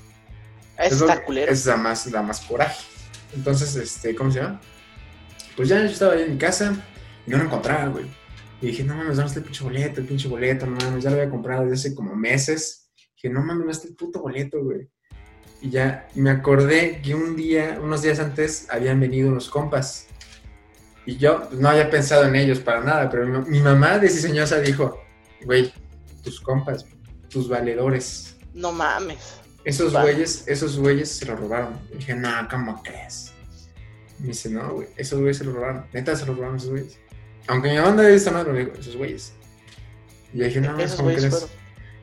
A: Eso
B: lo-
A: está culero.
B: Es la más, la más coraje. Entonces, este, ¿cómo se llama? Pues ya yo estaba ahí en mi casa y no lo encontraba, güey. Y dije, no mames, ¿dónde está el pinche boleto? El pinche boleto, no mames, ya lo había comprado desde hace como meses. Dije, no mames, no está el puto boleto, güey. Y ya me acordé que un día, unos días antes, habían venido unos compas. Y yo pues, no había pensado en ellos para nada, pero mi, mi mamá de ciseñosa dijo, güey, tus compas, tus valedores.
A: No mames.
B: Esos
A: Va.
B: güeyes, esos güeyes se lo robaron. Y dije, no, ¿cómo crees? Me dice, no, güey, esos güeyes se lo robaron. Neta se lo robaron esos güeyes. Aunque mi banda de esta madre me dijo, esos güeyes. Y yo dije, no,
A: Esos
B: ¿cómo
A: güeyes
B: crees?
A: fueron.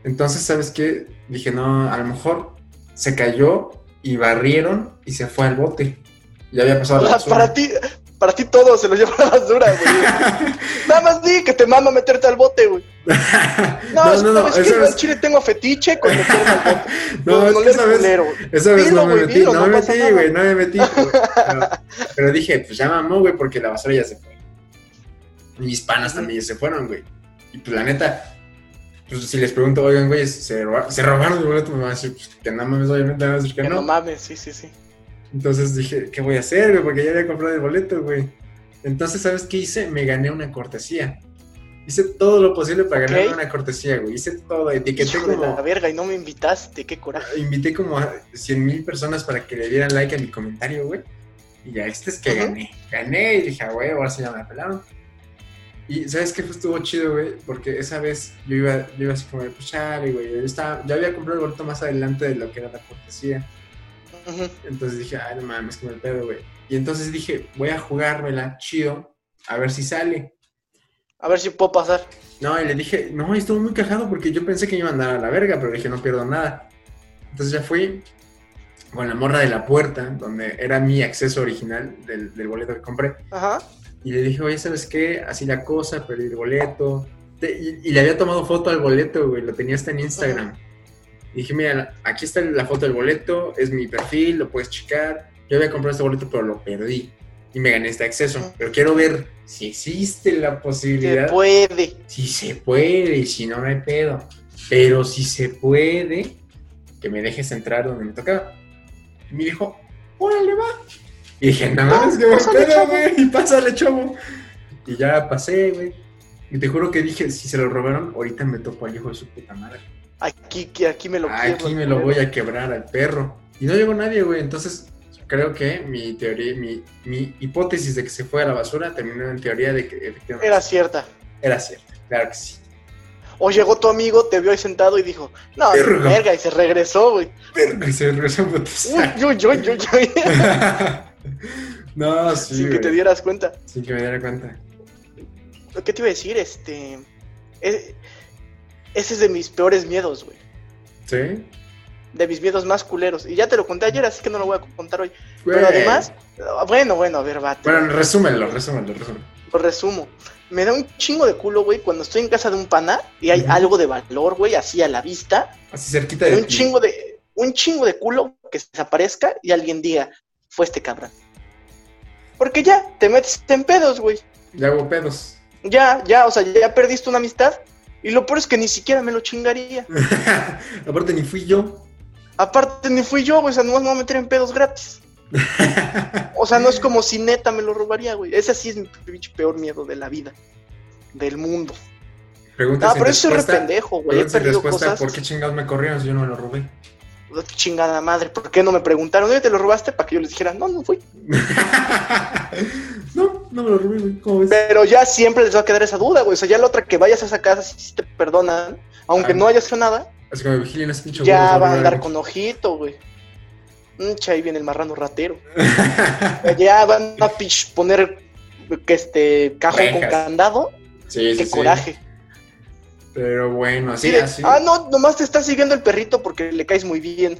B: Entonces, ¿sabes qué? Dije, no, a lo mejor se cayó y barrieron y se fue al bote. Ya había pasado la
A: Ah,
B: basura.
A: para ti, para ti todo se lo lleva la basura, güey.
B: (laughs)
A: Nada más di que te mama meterte al bote, güey. No,
B: no, no, no,
A: es que
B: esa
A: yo en
B: vez,
A: Chile tengo fetiche con meterme al bote.
B: (laughs) no, es
A: no
B: que
A: eres
B: esa vez-
A: culero, güey.
B: Esa vez
A: Dilo,
B: no me
A: güey,
B: metí,
A: dilo,
B: no
A: no
B: me
A: pasa
B: metí,
A: nada.
B: güey, no me
A: (laughs)
B: metí. güey. Pero, pero dije, pues ya mamó, güey, porque la basura ya se fue. Mis panas también ya se fueron, güey. Y pues la neta, pues si les pregunto, oigan, güey, ¿se robaron, ¿se robaron el boleto? Me van a decir, pues que no mames, obviamente me van a decir que
A: Que no
B: no.
A: mames, sí, sí, sí.
B: Entonces dije, ¿qué voy a hacer, güey? Porque ya había comprado el boleto, güey. Entonces, ¿sabes qué hice? Me gané una cortesía. Hice todo lo posible para ganarme
A: Ok.
B: una cortesía, güey. Hice todo, etiqueté
A: Hijo de
B: como...
A: la verga, y no me invitaste, qué coraje.
B: invité como a 100 mil personas para que le dieran like a mi comentario, güey. Y ya, este es que
A: Ajá.
B: gané. Gané y dije, "Ah, güey, ahora sí ya me apelaron. Y ¿sabes qué? Pues estuvo chido, güey, porque esa vez yo iba, yo iba así como de, pues chale, güey. Yo, estaba, yo había comprado el boleto más adelante de lo que era la cortesía.
A: Ujú.
B: Entonces dije, ay, no mames, que me pedo, güey. Y entonces dije, voy a jugármela chido, a ver si sale.
A: A ver si puedo pasar.
B: No, y le dije, no, y estuvo muy cajado porque yo pensé que me iba a andar a la verga, pero dije, no pierdo nada. Entonces ya fui con la morra de la puerta, donde era mi acceso original del, del boleto que compré,
A: Ajá.
B: y le dije, oye, ¿sabes qué? Así la cosa, perdí el boleto. Te- y, y le había tomado foto al boleto, güey, lo tenía hasta en Instagram. Y dije, mira, aquí está la foto del boleto, es mi perfil, lo puedes checar. Yo había comprado este boleto, pero lo perdí. Y me gané este acceso.
A: Ujú.
B: Pero quiero ver si existe la
A: Se
B: posibilidad
A: puede.
B: si se puede, y si no, no hay pedo. Pero si se puede, que me dejes entrar donde me tocaba. Y me dijo, órale, va. Y dije, no mames, que me
A: pásale,
B: pedo,
A: chavo.
B: güey, y pásale, chavo. Y ya pasé, güey. Y te juro que dije, si se lo robaron, ahorita me topo al hijo de su puta madre. Ah,
A: Aquí, que- aquí me lo
B: Aquí
A: quiebro,
B: me
A: culero.
B: lo voy a quebrar al perro. Y no llegó nadie, güey. Entonces, creo que mi teoría, mi, mi hipótesis de que se fue a la basura terminó en teoría de que efectivamente
A: Era cierta.
B: era cierto. Claro que sí.
A: O llegó tu amigo, te vio ahí sentado y dijo, no, ni
B: Verga.
A: verga, y se regresó,
B: (laughs)
A: güey.
B: Y se regresó en botes.
A: Uy, uy, uy, uy, uy.
B: (laughs) no, sí.
A: Sin que
B: güey.
A: te dieras cuenta.
B: Sin que me diera cuenta.
A: ¿Qué te iba a decir? Este. es- ese es de mis peores miedos, güey.
B: ¿Sí?
A: De mis miedos más culeros. Y ya te lo conté ayer, así que no lo voy a contar hoy.
B: Güey.
A: Pero además, bueno, bueno, a ver, va. te
B: Bueno, resúmelo, resúmelo, resúmelo.
A: Lo resumo. Me da un chingo de culo, güey, cuando estoy en casa de un pana y hay
B: Ujú.
A: algo de valor, güey, así a la vista.
B: Así cerquita de
A: Un
B: ti.
A: chingo de. Un chingo de culo que se desaparezca y alguien diga, fue este cabrón. Porque ya, te metes en pedos, güey.
B: Ya hago pedos. (laughs)
A: Ya, ya, o sea, ya perdiste una amistad Y lo peor es que ni siquiera me lo chingaría.
B: Aparte, ni fui yo.
A: Aparte, ni fui yo, güey. O sea, nomás me voy a meter en pedos
B: (laughs)
A: gratis. O sea, no es como si neta me lo robaría, güey. Ese sí es mi pinche peor miedo de la vida, del mundo.
B: Preguntas
A: Ah,
B: sin
A: pero eso es re
B: respuesta.
A: pendejo, güey. He
B: preguntas sin
A: perdido
B: respuesta,
A: cosas.
B: ¿Por qué chingados me corrieron si yo no me lo robé? (laughs)
A: Oh, qué chingada madre, ¿por qué no me preguntaron? ¿Dónde te lo robaste? Para que yo les dijera, no, no fui.
B: no, no me lo robé, güey. ¿Cómo ves?
A: Pero ya siempre les va a quedar esa duda, güey. O sea, ya la otra que vayas a esa casa, si te perdonan, aunque
B: Ah.
A: no hayas hecho nada,
B: Así que me vigilen ese pinche
A: ya
B: güey,
A: va a
B: güey.
A: andar con ojito, güey. Mucha, ahí viene el marrano ratero. ya van a pich- poner que este cajón con
B: Rejas.
A: candado.
B: (laughs) Sí, sí,
A: Qué
B: sí.
A: coraje.
B: Pero bueno, así,
A: Sí, de-
B: así.
A: Ah, no, nomás te está siguiendo el perrito porque le caes muy bien.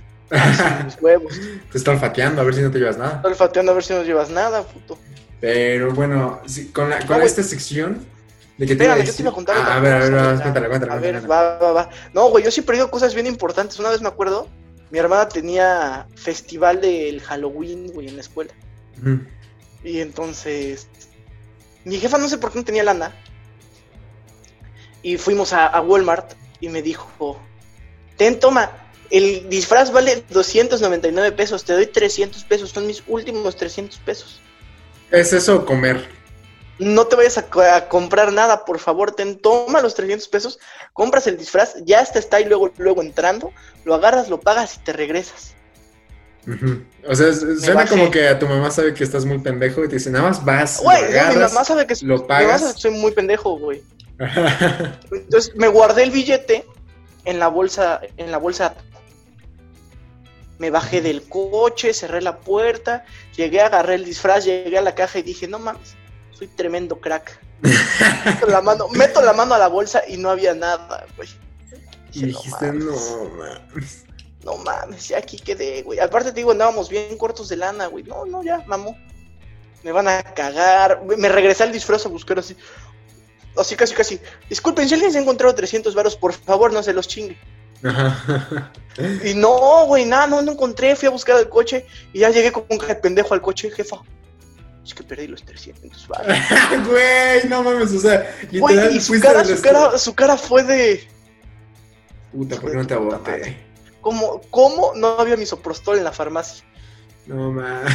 A: Los huevos.
B: (laughs) Te está olfateando a ver si no te llevas nada.
A: Estoy olfateando a ver si no llevas nada, puto.
B: Pero bueno, sí, con, la,
A: No,
B: con
A: Ah, güey.
B: esta sección de que
A: Espérame,
B: iba
A: yo te iba a contar.
B: decir-
A: otra
B: Ah, a ver, a ver,
A: cosa,
B: a ver,
A: ya.
B: cuéntala, cuéntala.
A: A ver,
B: cuéntala.
A: va, va, va. No, güey, yo sí he perdido cosas bien importantes. Una vez me acuerdo, mi hermana tenía festival del Halloween, güey, en la escuela.
B: Ujú.
A: Y entonces, mi jefa no sé por qué no tenía lana. Y fuimos a, a Walmart y me dijo, ten, toma, el disfraz vale 299 pesos, te doy 300 pesos, son mis últimos 300 pesos.
B: ¿Es eso o comer?
A: No te vayas a, co- a comprar nada, por favor, ten, toma los 300 pesos, compras el disfraz, ya hasta está y luego, luego entrando, lo agarras, lo pagas y te regresas.
B: Ujú. O sea, es- suena
A: bajé.
B: como que a tu mamá sabe que estás muy pendejo y te dice, nada más vas,
A: Güey,
B: lo
A: no, mi mamá
B: agarras.
A: sabe que,
B: lo
A: mi mamá sabe
B: pagas.
A: que soy muy pendejo, güey. Entonces me guardé el billete en la bolsa, en la bolsa. Me bajé del coche, cerré la puerta, llegué, agarré el disfraz, llegué a la caja y dije, no mames, soy tremendo
B: (laughs)
A: crack. meto, la mano, meto la mano a la bolsa y no había nada, güey.
B: (laughs) y dijiste,
A: no, mames,
B: no, mames".
A: no mames, ya aquí quedé, güey. Aparte te digo, andábamos bien cortos de lana, güey. No, no, ya, mamó. Me van a cagar. Me me regresé al disfraz a buscar así. Así casi, casi. Disculpen, si alguien se ha encontrado 300 varos, por favor, no se los chingue.
B: Ajá. (laughs)
A: Y no, güey, nada, no, no encontré. Fui a buscar el coche y ya llegué con un cara de pendejo al coche, jefa. Es que perdí los 300 baros.
B: Güey, no mames, o sea, literal
A: Güey, y su
B: fuiste
A: cara,
B: al
A: su
B: resto-
A: cara, su cara fue de.
B: Puta, ¿por qué no te
A: Puta
B: aborté?
A: madre. ¿Cómo, cómo no había misoprostol en la farmacia?
B: No (laughs) mames.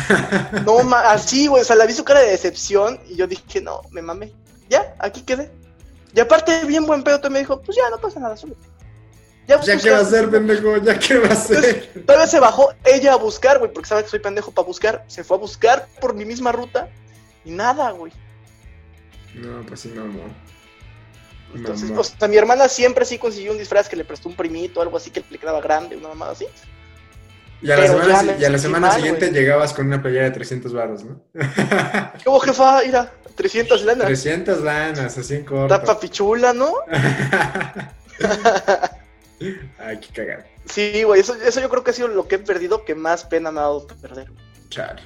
A: No, ma- así, güey, o sea, la vi su cara de decepción y yo dije, no, me mamé. Ya, aquí quedé. Y aparte, bien buen pedo, también me dijo, pues ya, no pasa nada, súbete. Ya,
B: Ya
A: buscas-
B: qué va a hacer, pendejo, ya qué va a hacer.
A: Todavía se bajó ella a buscar, güey, porque sabe que soy pendejo para buscar. Se fue a buscar por mi misma ruta y nada, güey.
B: No, pues sí, no, no.
A: Entonces, pues,
B: Mamá.
A: o sea, mi hermana siempre sí consiguió un disfraz que le prestó un primito, algo así que le quedaba grande, una mamada así.
B: Y a la
A: Pero
B: semana,
A: ya
B: si-
A: me
B: y a la
A: sentí
B: semana
A: mal,
B: siguiente
A: güey.
B: llegabas con una playera de 300 baros, ¿no?
A: ¿Qué hubo, jefa? Mira, 300 lanas.
B: 300 lanas, así en corto.
A: Tapa pichula, ¿no?
B: (laughs) Ay, qué cagado.
A: Sí, güey, eso, eso yo creo que ha sido lo que he perdido que más pena me ha dado perder.
B: Chale.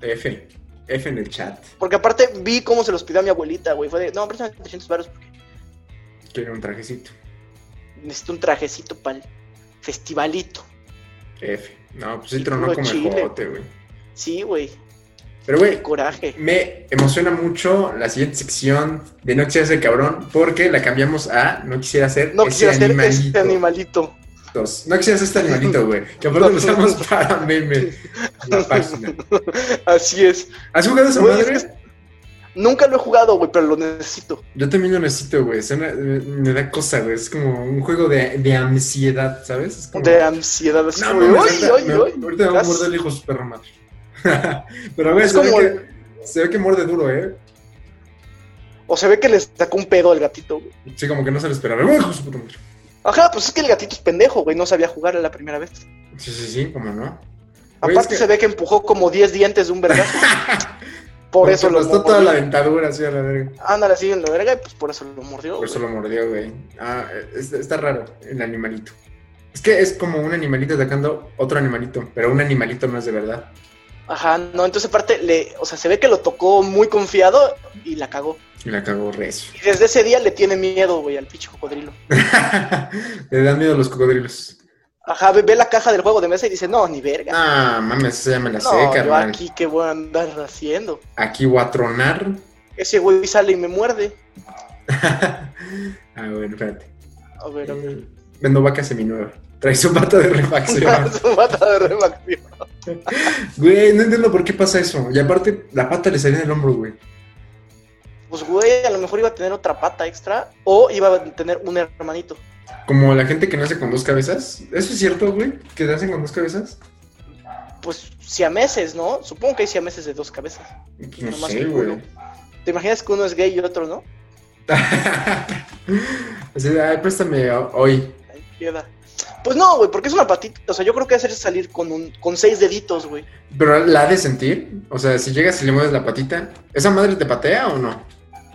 B: F. F en el chat.
A: Porque aparte vi cómo se los pidió a mi abuelita, güey. Fue de, no, préstame 300 baros porque
B: Quiero un trajecito.
A: necesito un trajecito para el festivalito.
B: F. No, pues sí
A: Y
B: tronó
A: puro
B: como
A: chile.
B: el jote, güey.
A: Sí, güey,
B: Pero, güey,
A: qué coraje.
B: me emociona mucho la siguiente sección de No quisiera ser cabrón porque la cambiamos a No quisiera ser
A: No
B: ese
A: quisiera ser este
B: animalito.
A: animalito.
B: Dos. No quisieras este animalito, güey. Que aparte lo usamos para meme.
A: (laughs)
B: La página.
A: Así es.
B: ¿Has jugado esa
A: Güey,
B: madre?
A: es que- Nunca lo he jugado, güey, pero lo necesito.
B: Yo también lo necesito, güey. Suena- me me da cosa, güey. Es como un juego de, de ansiedad, ¿sabes? Es como-
A: De ansiedad, así
B: No,
A: como,
B: mames,
A: "Ay,
B: ahorita,
A: ay,
B: me-
A: ay".
B: ahorita me va a
A: Estás-
B: morder el hijo de su perra madre. (laughs) Pero, güey,
A: Es
B: se, ve
A: como-
B: que, se ve que muerde duro, ¿eh?
A: O se ve que le sacó un pedo al gatito, güey.
B: Sí, como que no se lo esperaba. ¡Uy, hijo de su puta madre!
A: Ajá, pues es que el gatito es pendejo, güey. No sabía jugar a la primera vez.
B: Sí, sí, sí, como no. Güey,
A: Aparte
B: es que-
A: se ve que empujó como 10 dientes de un
B: (laughs)
A: vergazo. por eso lo
B: Porque
A: mordió.
B: aplastó toda la ventadura, así a la verga.
A: Ándale así en la verga y pues por eso lo mordió.
B: Por eso
A: güey.
B: lo mordió, güey. Ah, es- está raro el animalito. Es que es como un animalito atacando otro animalito, pero un animalito no es de verdad.
A: Ajá, no, entonces aparte le, o sea, se ve que lo tocó muy confiado y la cagó.
B: Y la cagó recio.
A: Y desde ese día le tiene miedo, güey, al pinche cocodrilo.
B: (laughs) Le dan miedo los cocodrilos.
A: Ajá, ve, ve la caja del juego de mesa y dice, no, ni verga.
B: Ah, mames, esa ya me la sé,
A: no, yo
B: carnal. Aquí...
A: aquí qué voy a andar haciendo.
B: voy a tronar. (laughs)
A: Ese güey sale y me muerde.
B: ah, güey, ver, espérate.
A: A ver, a
B: (laughs)
A: ver.
B: Eh, Vendo vaca seminueva. Trae su bata
A: (laughs)
B: de refacción.
A: Su bata de refacción.
B: güey, no entiendo por qué pasa eso. Y aparte, la pata le salía en el hombro, güey.
A: Pues, güey, a lo mejor iba a tener otra pata extra o iba a tener un hermanito.
B: Como la gente que nace con dos cabezas. ¿Eso es cierto, güey? ¿Que nacen con dos cabezas?
A: Pues, siameses, ¿no? Supongo que hay siameses de dos cabezas.
B: Pues
A: Nomás
B: No sé,
A: que
B: güey. (laughs)
A: uno. ¿Te imaginas que uno es gay y otro no?
B: Así de, ay, préstame ho- hoy.
A: Ay, piedad. Pues no, güey, porque es una patita. O sea, yo creo que hacer es salir con, un, con seis deditos, güey.
B: Pero la ha de sentir. O sea, si llegas y le mueves la patita, ¿esa madre te patea o no?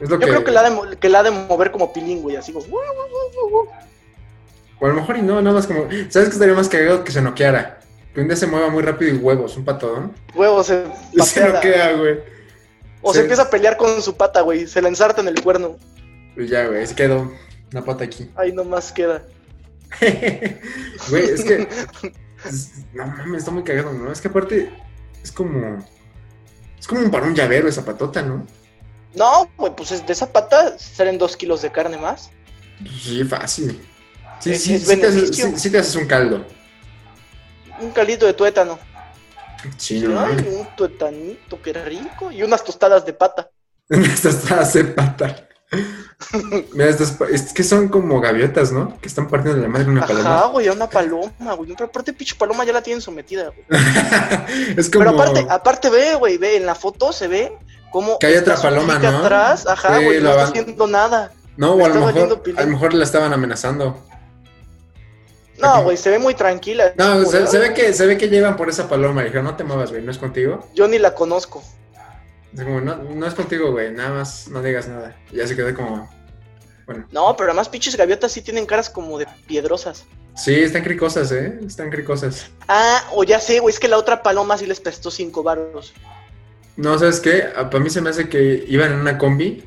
B: Es lo
A: Yo creo que la, ha de, mo- que la ha de mover como pilín, güey, así como. "Guau, guau, guau, guau".
B: O a lo mejor y no, nada más como. ¿Sabes que estaría más cagado que se noqueara? Que un día se mueva muy rápido y huevos, un patadón. (laughs)
A: Huevo, se
B: Se
A: patea.
B: noquea, güey.
A: O se
B: Sí.
A: empieza a pelear con su pata, güey. Se la ensarta en el cuerno.
B: Pues ya, güey, se quedó una pata aquí. (laughs)
A: Ahí nomás queda.
B: Güey, es que. es- no mames, está muy cagado, ¿no? Es que aparte. Es como. Es como un para un llavero esa patota, ¿no?
A: No, güey, pues es- de esa pata salen dos kilos de carne más.
B: Pues Sí, fácil. Sí,
A: Es-
B: sí,
A: es
B: sí, te haces,
A: beneficio.
B: sí- sí te haces un caldo.
A: Un calito de tuétano.
B: Sí,
A: Ay,
B: no mames. (laughs)
A: un tuetanito, qué rico. Y unas tostadas de pata.
B: (laughs) Estas para hacer pata. Mira, estas pa- es que son como gaviotas, ¿no? Que están partiendo de la madre una
A: Ajá,
B: paloma.
A: güey, a una paloma, güey. Pero aparte, pinche paloma ya la tienen sometida, güey.
B: (laughs) es como.
A: Pero aparte, ah, aparte ve, güey, ve, en la foto se ve como...
B: Que hay otra paloma, ¿no?
A: atrás, ajá,
B: Sí,
A: güey,
B: la
A: no está
B: van-
A: haciendo nada.
B: no, o a lo,
A: estaba
B: mejor,
A: haciendo pilín.
B: a lo mejor la estaban amenazando.
A: No, güey, se ve muy tranquila.
B: No, se,
A: Güey,
B: se ve que, se ve que llevan por esa paloma. y Dijeron, no te muevas, güey, no es contigo.
A: Yo ni la conozco.
B: Es como, no, no es contigo, güey, nada más, no digas nada. Y ya se quedó como. Bueno,
A: No, pero además pinches gaviotas sí tienen caras como de piedrosas.
B: sí, están cricosas, ¿eh? Están cricosas.
A: Ah, o ya sé, güey, es que la otra paloma sí les prestó cinco varos.
B: No, ¿sabes qué? Para mí se me hace que iban en una combi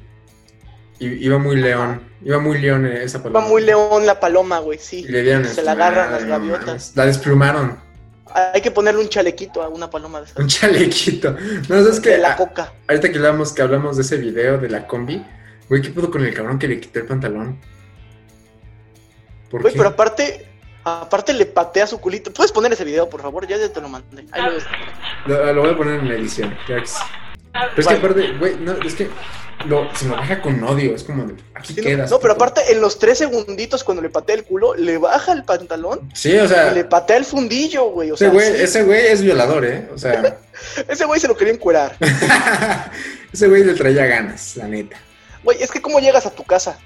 B: y iba muy león. Iba muy león eh, esa
A: Va
B: paloma.
A: muy león la paloma, güey, sí.
B: Y le dieron
A: Se
B: esto,
A: la agarran
B: madre,
A: las gaviotas.
B: mames. La desplumaron.
A: Hay que ponerle un chalequito a una paloma de esas.
B: Un (laughs) chalequito. No, ¿sabes qué?
A: De la
B: A-
A: coca.
B: ahorita que hablamos, que hablamos de ese video de la combi, güey, ¿qué pudo con el cabrón que le quitó el pantalón? ¿Por
A: Güey,
B: qué?
A: pero aparte... Aparte le patea su culito. ¿Puedes poner ese video, por favor? Ya ya te lo mandé. Ahí lo ves.
B: Lo, lo voy a poner en la edición. claro que sí. Pero es que aparte, güey, no, es que lo- se lo baja con odio. Es como, de, aquí
A: Sí, no-
B: quedas.
A: no, pero
B: puto.
A: aparte, en los tres segunditos, cuando le patea el culo, le baja el pantalón
B: Sí, o sea.
A: y le patea el fundillo, güey. O
B: Ese
A: sea,
B: Ah. güey,
A: sí,
B: ese güey es violador, ¿eh? O sea, (laughs)
A: ese güey se lo quería encuerar.
B: ese güey le traía ganas, la neta.
A: Güey, es que ¿cómo llegas a tu casa?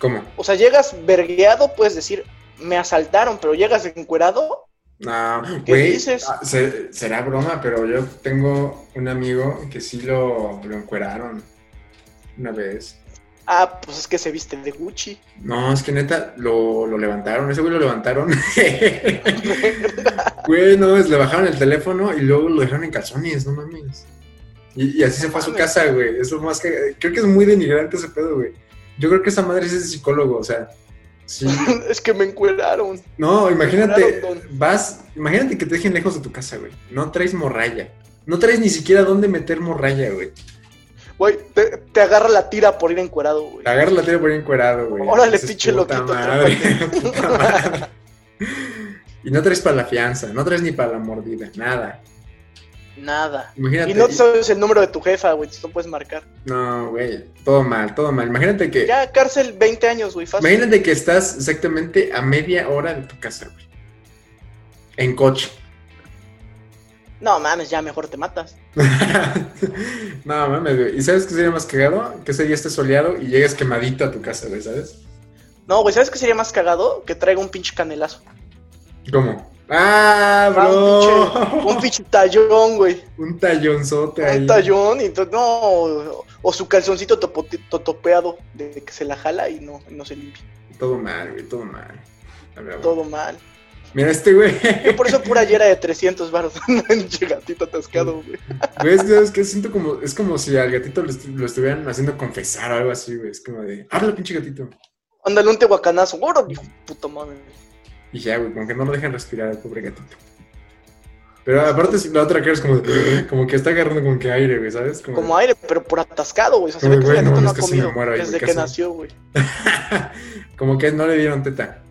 B: ¿Cómo?
A: O sea, llegas vergueado, puedes decir, me asaltaron, pero llegas encuerado.
B: No,
A: ¿Qué
B: güey.
A: dices?
B: ah, se- será broma, pero yo tengo un amigo que sí lo, lo encueraron una vez.
A: Ah, pues es que se viste de Gucci. (laughs)
B: No, es que neta, lo, lo levantaron, ese güey
A: (laughs)
B: lo levantaron. güey, no, es, le bajaron el teléfono y luego lo dejaron en calzones, no mames. Y, y así se fue a su casa, güey. Es lo más que. Creo que es muy denigrante ese pedo, güey. Yo creo que esa madre sí es psicólogo, o sea.
A: (laughs)
B: Sí,
A: es que me encueraron.
B: No, imagínate,
A: Claro, don.
B: vas, imagínate que te dejen lejos de tu casa, güey. No traes morralla. No traes ni siquiera dónde meter morralla, güey.
A: Güey, te, te agarra la tira por ir encuerado, güey.
B: Te agarras la tele por ahí encuerado, güey.
A: Órale,
B: Dices,
A: pinche
B: "Puta
A: loquito,
B: madre, (laughs) puta madre". Y no traes para la fianza, no traes ni para la mordida, nada.
A: Nada.
B: Imagínate.
A: Y no sabes el número de tu jefa, güey, entonces no puedes marcar.
B: no, güey, todo mal, todo mal. Imagínate que,
A: Ya, cárcel 20 años, güey, fácil.
B: imagínate que estás exactamente a media hora de tu casa, güey. En coche. (laughs)
A: No mames, ya mejor te matas.
B: no, mames, güey. ¿Y sabes qué sería más cagado? Que ese día esté soleado y llegues quemadito a tu casa, güey, ¿sabes?
A: No, güey, ¿sabes qué sería más cagado? Que traiga un pinche canelazo.
B: ¿Cómo? ¡Ah,
A: Ah,
B: bro!
A: Un pinche tallón, güey.
B: (laughs) Un tallonzote ahí.
A: Un tallón y to- no. o- O su calzoncito topote- totopeado de que se la jala y no, y no se limpia.
B: Todo mal, güey, todo mal. A ver, güey.
A: Todo mal.
B: Mira este güey. (laughs)
A: Yo por eso pura yera de 300 baros. (laughs) Un gatito atascado,
B: Mm.
A: güey.
B: Güey, es que, ¿sabes qué? Siento como, es como si al gatito lo, estu- lo estuvieran haciendo confesar o algo así, güey. Es como de, habla pinche gatito.
A: Ándale un tehuacanazo. Oro, hijo de puta madre.
B: Y ya, güey, como que no lo dejan respirar al pobre gatito. Pero aparte la otra cara es como, de, (laughs) como que está agarrando como que aire, güey, ¿sabes? Como de-
A: Como aire, pero por atascado, güey. O sea, se
B: Mm. Güey,
A: ve que ese gatito
B: güey, no
A: no
B: mames,
A: ha
B: casi me
A: comido
B: muero ahí,
A: desde
B: güey,
A: que
B: casi.
A: nació, güey.
B: Como que no le dieron teta. (laughs)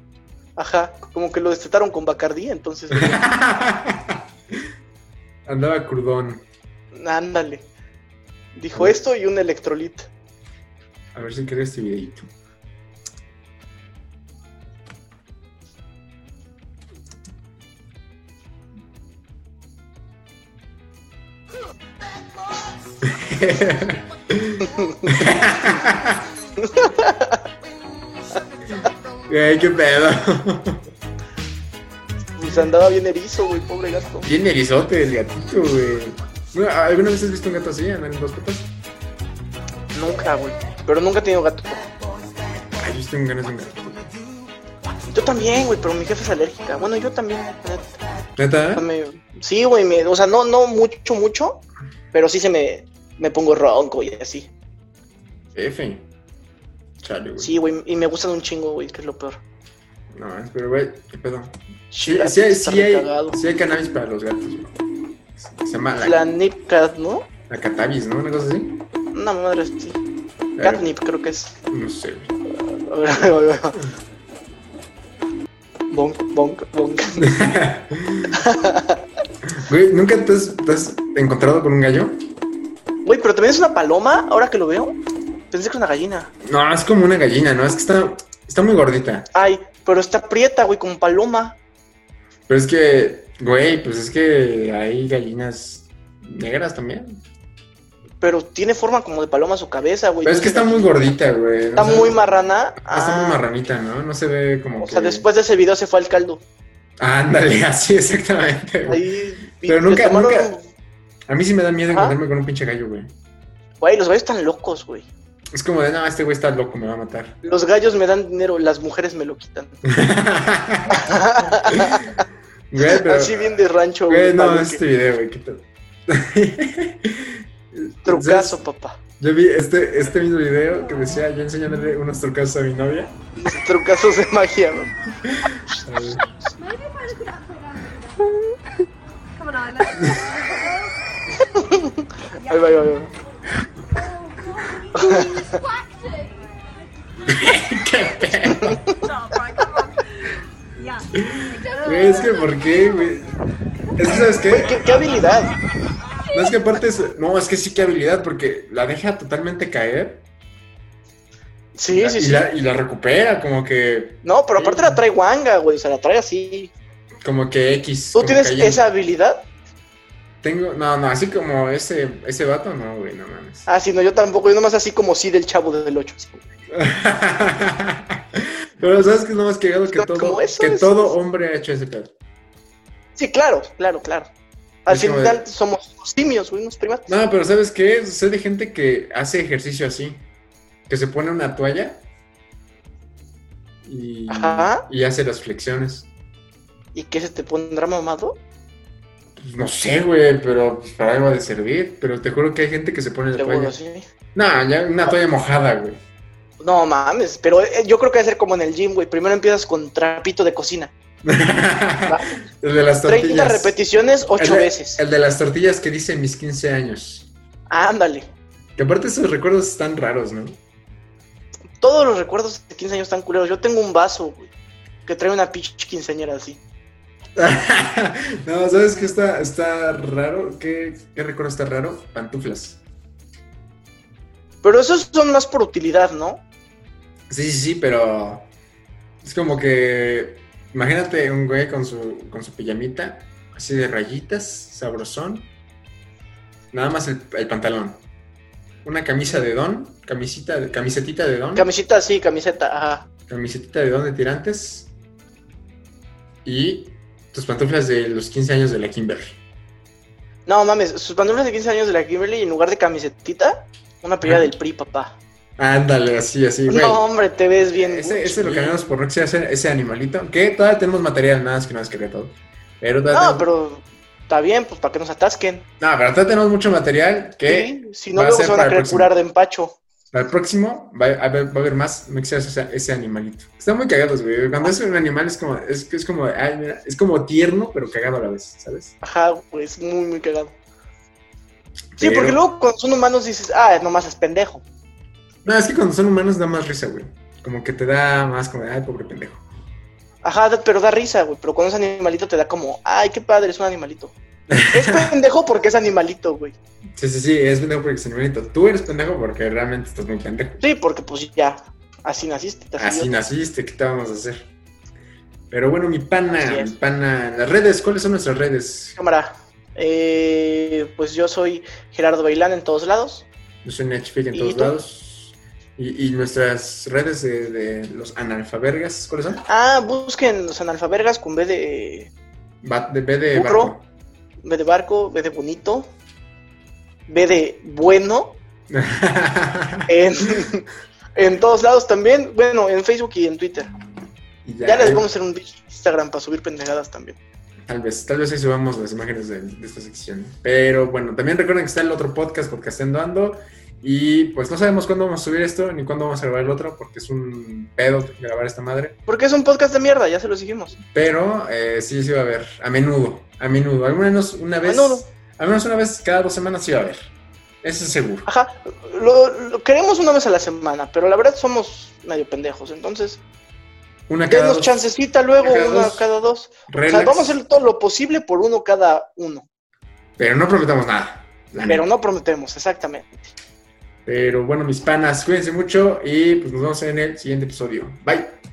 A: Ajá, como que lo destetaron con Bacardí, entonces.
B: Andaba crudón.
A: Ándale. Dijo esto y un electrolit.
B: A ver si querés este videito. Güey, qué pedo.
A: Pues andaba bien erizo, güey, pobre gato.
B: Bien erizote el gatito, güey. Bueno, ¿Alguna vez has visto un gato así, andar en dos patas?
A: Nunca, güey. Pero nunca he tenido gato.
B: Ay, yo tengo ganas de un gato.
A: Yo también, güey, pero mi jefa es alérgica. Bueno, yo también. la neta.
B: ¿Neta?
A: Me- Sí, güey, me- o sea, no, no mucho, mucho, pero sí se me, me pongo ronco y así.
B: F. Chale, güey.
A: Sí, güey, y me gustan un chingo, güey, que es lo peor.
B: No, pero güey, qué pedo.
A: Sí,
B: Sí,
A: la
B: sí,
A: neta
B: hay-
A: está
B: sí hay,
A: recagado.
B: sí hay cannabis para los gatos, güey. Se llama la,
A: La Nipcat, ¿no?
B: la catabis, ¿no? Una cosa así.
A: Una madre así.
B: A ver,
A: Catnip creo que es. (laughs)
B: No sé, güey.
A: A ver, a ver, a ver. Bonk, bonk,
B: (laughs)
A: bonk.
B: Güey, ¿nunca te has, te has encontrado con un gallo?
A: Güey, pero también es una paloma, ahora que lo veo. Pensé que era una gallina.
B: No, es como una gallina, ¿no? Es que está, está muy gordita.
A: Ay, pero está prieta, güey, como paloma.
B: Pero es que, güey, pues es que hay gallinas negras también.
A: Pero tiene forma como de paloma su cabeza, güey.
B: Pero es que está muy gordita, güey.
A: Está
B: O sea,
A: muy marrana.
B: Está muy
A: Ah,
B: marranita, ¿no? No se ve como
A: O sea,
B: que-
A: después de ese video se fue al caldo.
B: Ándale, (laughs) así exactamente, güey.
A: Ahí,
B: Pero
A: y
B: nunca-
A: le tomaron-
B: nunca- A mí sí me da miedo
A: Ajá.
B: encontrarme con un pinche gallo, güey.
A: Güey, los gallos están locos, güey.
B: Es como de, no, este güey está loco, me va a matar.
A: Los gallos me dan dinero, las mujeres me lo quitan.
B: güey,
A: (laughs)
B: pero...
A: Así bien de rancho,
B: Güey,
A: güey.
B: no,
A: palenque.
B: este video, güey, qué pedo.
A: (laughs) Trucazo, papá.
B: Yo vi este, este mismo video que decía yo enseñándole unos trucazos a mi novia.
A: Trucazos de magia, güey.
B: A ver.
C: (laughs) Come on, let's
A: Ahí va, ahí va, ahí va.
C: stop, right? Come on. Yeah.
B: Güey, es que ¿por qué, güey? Es que, ¿sabes
A: Güey,
B: qué?
A: qué, qué habilidad.
B: No, es que aparte es... No, es que sí, qué habilidad, porque la deja totalmente caer.
A: Sí,
B: y
A: sí, sí.
B: la- Y la, y la recupera, como que...
A: No, pero aparte la trae guanga, güey. O sea, la trae así.
B: Como que X.
A: ¿Tú
B: como
A: tienes
B: cayendo.
A: esa habilidad?
B: Tengo... No, no, así como ese, ese vato, no, güey, no mames.
A: Ah, sí, no, yo tampoco. Yo nomás así como sí del chavo del 8.
B: (laughs) Pero sabes que es lo más cagado que
A: Como
B: todo,
A: eso
B: que
A: es-
B: todo hombre ha hecho ese pedo.
A: Sí, claro, claro, claro. Al
B: Es como
A: final
B: de-
A: somos unos simios, güey, unos primates.
B: No, pero ¿sabes qué? Sé de gente que hace ejercicio así. Que se pone una toalla y,
A: Ajá.
B: y hace las flexiones.
A: ¿Y qué se te pondrá mamado?
B: Pues no sé, güey, pero pues, para algo ha de servir. Pero te juro que hay gente que se pone la
A: Seguro,
B: toalla.
A: sí.
B: No, ya una toalla mojada, güey.
A: No mames, pero eh, yo creo que va a ser como en el gym, güey. Primero empiezas con trapito de cocina.
B: (laughs) el de
A: 30
B: las tortillas.
A: repeticiones,
B: El
A: 8
B: de-
A: veces.
B: El de las tortillas que dice mis 15 años.
A: Ándale.
B: Que aparte esos recuerdos están raros, ¿no?
A: Todos los recuerdos de 15 años están culeros. Yo tengo un vaso, güey, que trae una pinche quinceañera así.
B: (laughs) no, ¿sabes qué está, está raro? ¿Qué, ¿Qué recuerdo está raro? Pantuflas.
A: Pero esos son más por utilidad, ¿no?
B: Sí, sí, sí, pero es como que imagínate un güey con su, con su pijamita, así de rayitas, sabrosón, nada más el, el pantalón, una camisa de don, camisita, de- camisetita de don,
A: Camiseta así, camiseta, ajá.
B: camisetita de don de tirantes y tus pantuflas de los 15 años de la Kimberly.
A: No mames, sus pantuflas de 15 años de la Kimberly en lugar de camisetita, una pelea
B: Ajá.
A: del PRI, papá.
B: Ándale, así, así, güey.
A: No, hombre, te ves bien.
B: Ese, ese es lo que
A: Gucci.
B: ganamos por Roxy, ese, ese animalito, que todavía tenemos material, nada más que no es que todo. Pero todavía
A: No,
B: tenemos-
A: pero está bien, pues para que nos atasquen.
B: No, pero ahorita tenemos mucho material que
A: Sí, Si no,
B: va a
A: luego
B: ser
A: se van
B: para
A: a
B: el
A: querer
B: próximo.
A: curar de empacho.
B: al próximo va a haber, va a haber más mixes ese, ese animalito. Están muy cagados, güey. Cuando es un animal es como, es, es como, ay, mira, es como tierno, pero cagado a la vez, ¿sabes?
A: Ajá, güey, es muy, muy cagado. Sí,
B: Pero-
A: porque luego cuando son humanos dices, ah, nomás es pendejo.
B: No, es que cuando son humanos da más risa, güey. como que te da más como, de, ay, pobre pendejo.
A: Ajá, da- pero da risa, güey. Pero con ese animalito te da como, ay, qué padre, es un animalito.
B: (laughs)
A: Es pendejo porque es animalito, güey.
B: Sí, sí, sí, es pendejo porque es animalito. Tú eres pendejo porque realmente estás muy pendejo.
A: Sí, porque pues ya, así naciste. te has
B: Así
A: idiota.
B: naciste, ¿qué te vamos a hacer? Pero bueno, mi pana,
A: Así
B: mi
A: es.
B: pana, las redes, ¿cuáles son nuestras redes?
A: Cámara. Eh, pues yo soy Gerardo Bailán en todos lados.
B: Yo soy Nachfig en
A: ¿Y
B: todos
A: tú?
B: lados. Y, y nuestras redes de, de los analfabergas, ¿cuáles son?
A: Ah, busquen los analfabergas con B de,
B: Ba- de, B de
A: Burro.
B: barco.
A: B de barco, B de bonito, B de bueno. En, en todos lados también. Bueno, en Facebook y en Twitter.
B: (laughs) Y eh,
A: Ya les vamos a hacer un Instagram para subir pendejadas también.
B: Tal vez, tal vez ahí subamos las imágenes de, de esta sección. Pero bueno, también recuerden que está el otro podcast, Podcastendo Ando. Y pues no sabemos cuándo vamos a subir esto ni cuándo vamos a grabar el otro, porque es un pedo grabar esta madre.
A: Porque es un podcast de mierda, ya se los dijimos.
B: Pero eh, sí, sí va a haber, a menudo, a menudo. Al menos una vez,
A: menudo.
B: al menos una vez cada dos semanas sí va a haber. Eso es seguro.
A: Ajá, lo, lo queremos una vez a la semana, pero la verdad somos medio pendejos. Entonces,
B: Una cada
A: denos
B: dos.
A: chancecita luego,
B: cada
A: una
B: dos.
A: cada dos. O sea,
B: Relax,
A: vamos a hacer todo lo posible por uno cada uno.
B: Pero no prometamos nada. la
A: Pero
B: neta.
A: no prometemos, exactamente.
B: Pero bueno, mis panas, cuídense mucho y pues nos vemos en el siguiente episodio. Bye.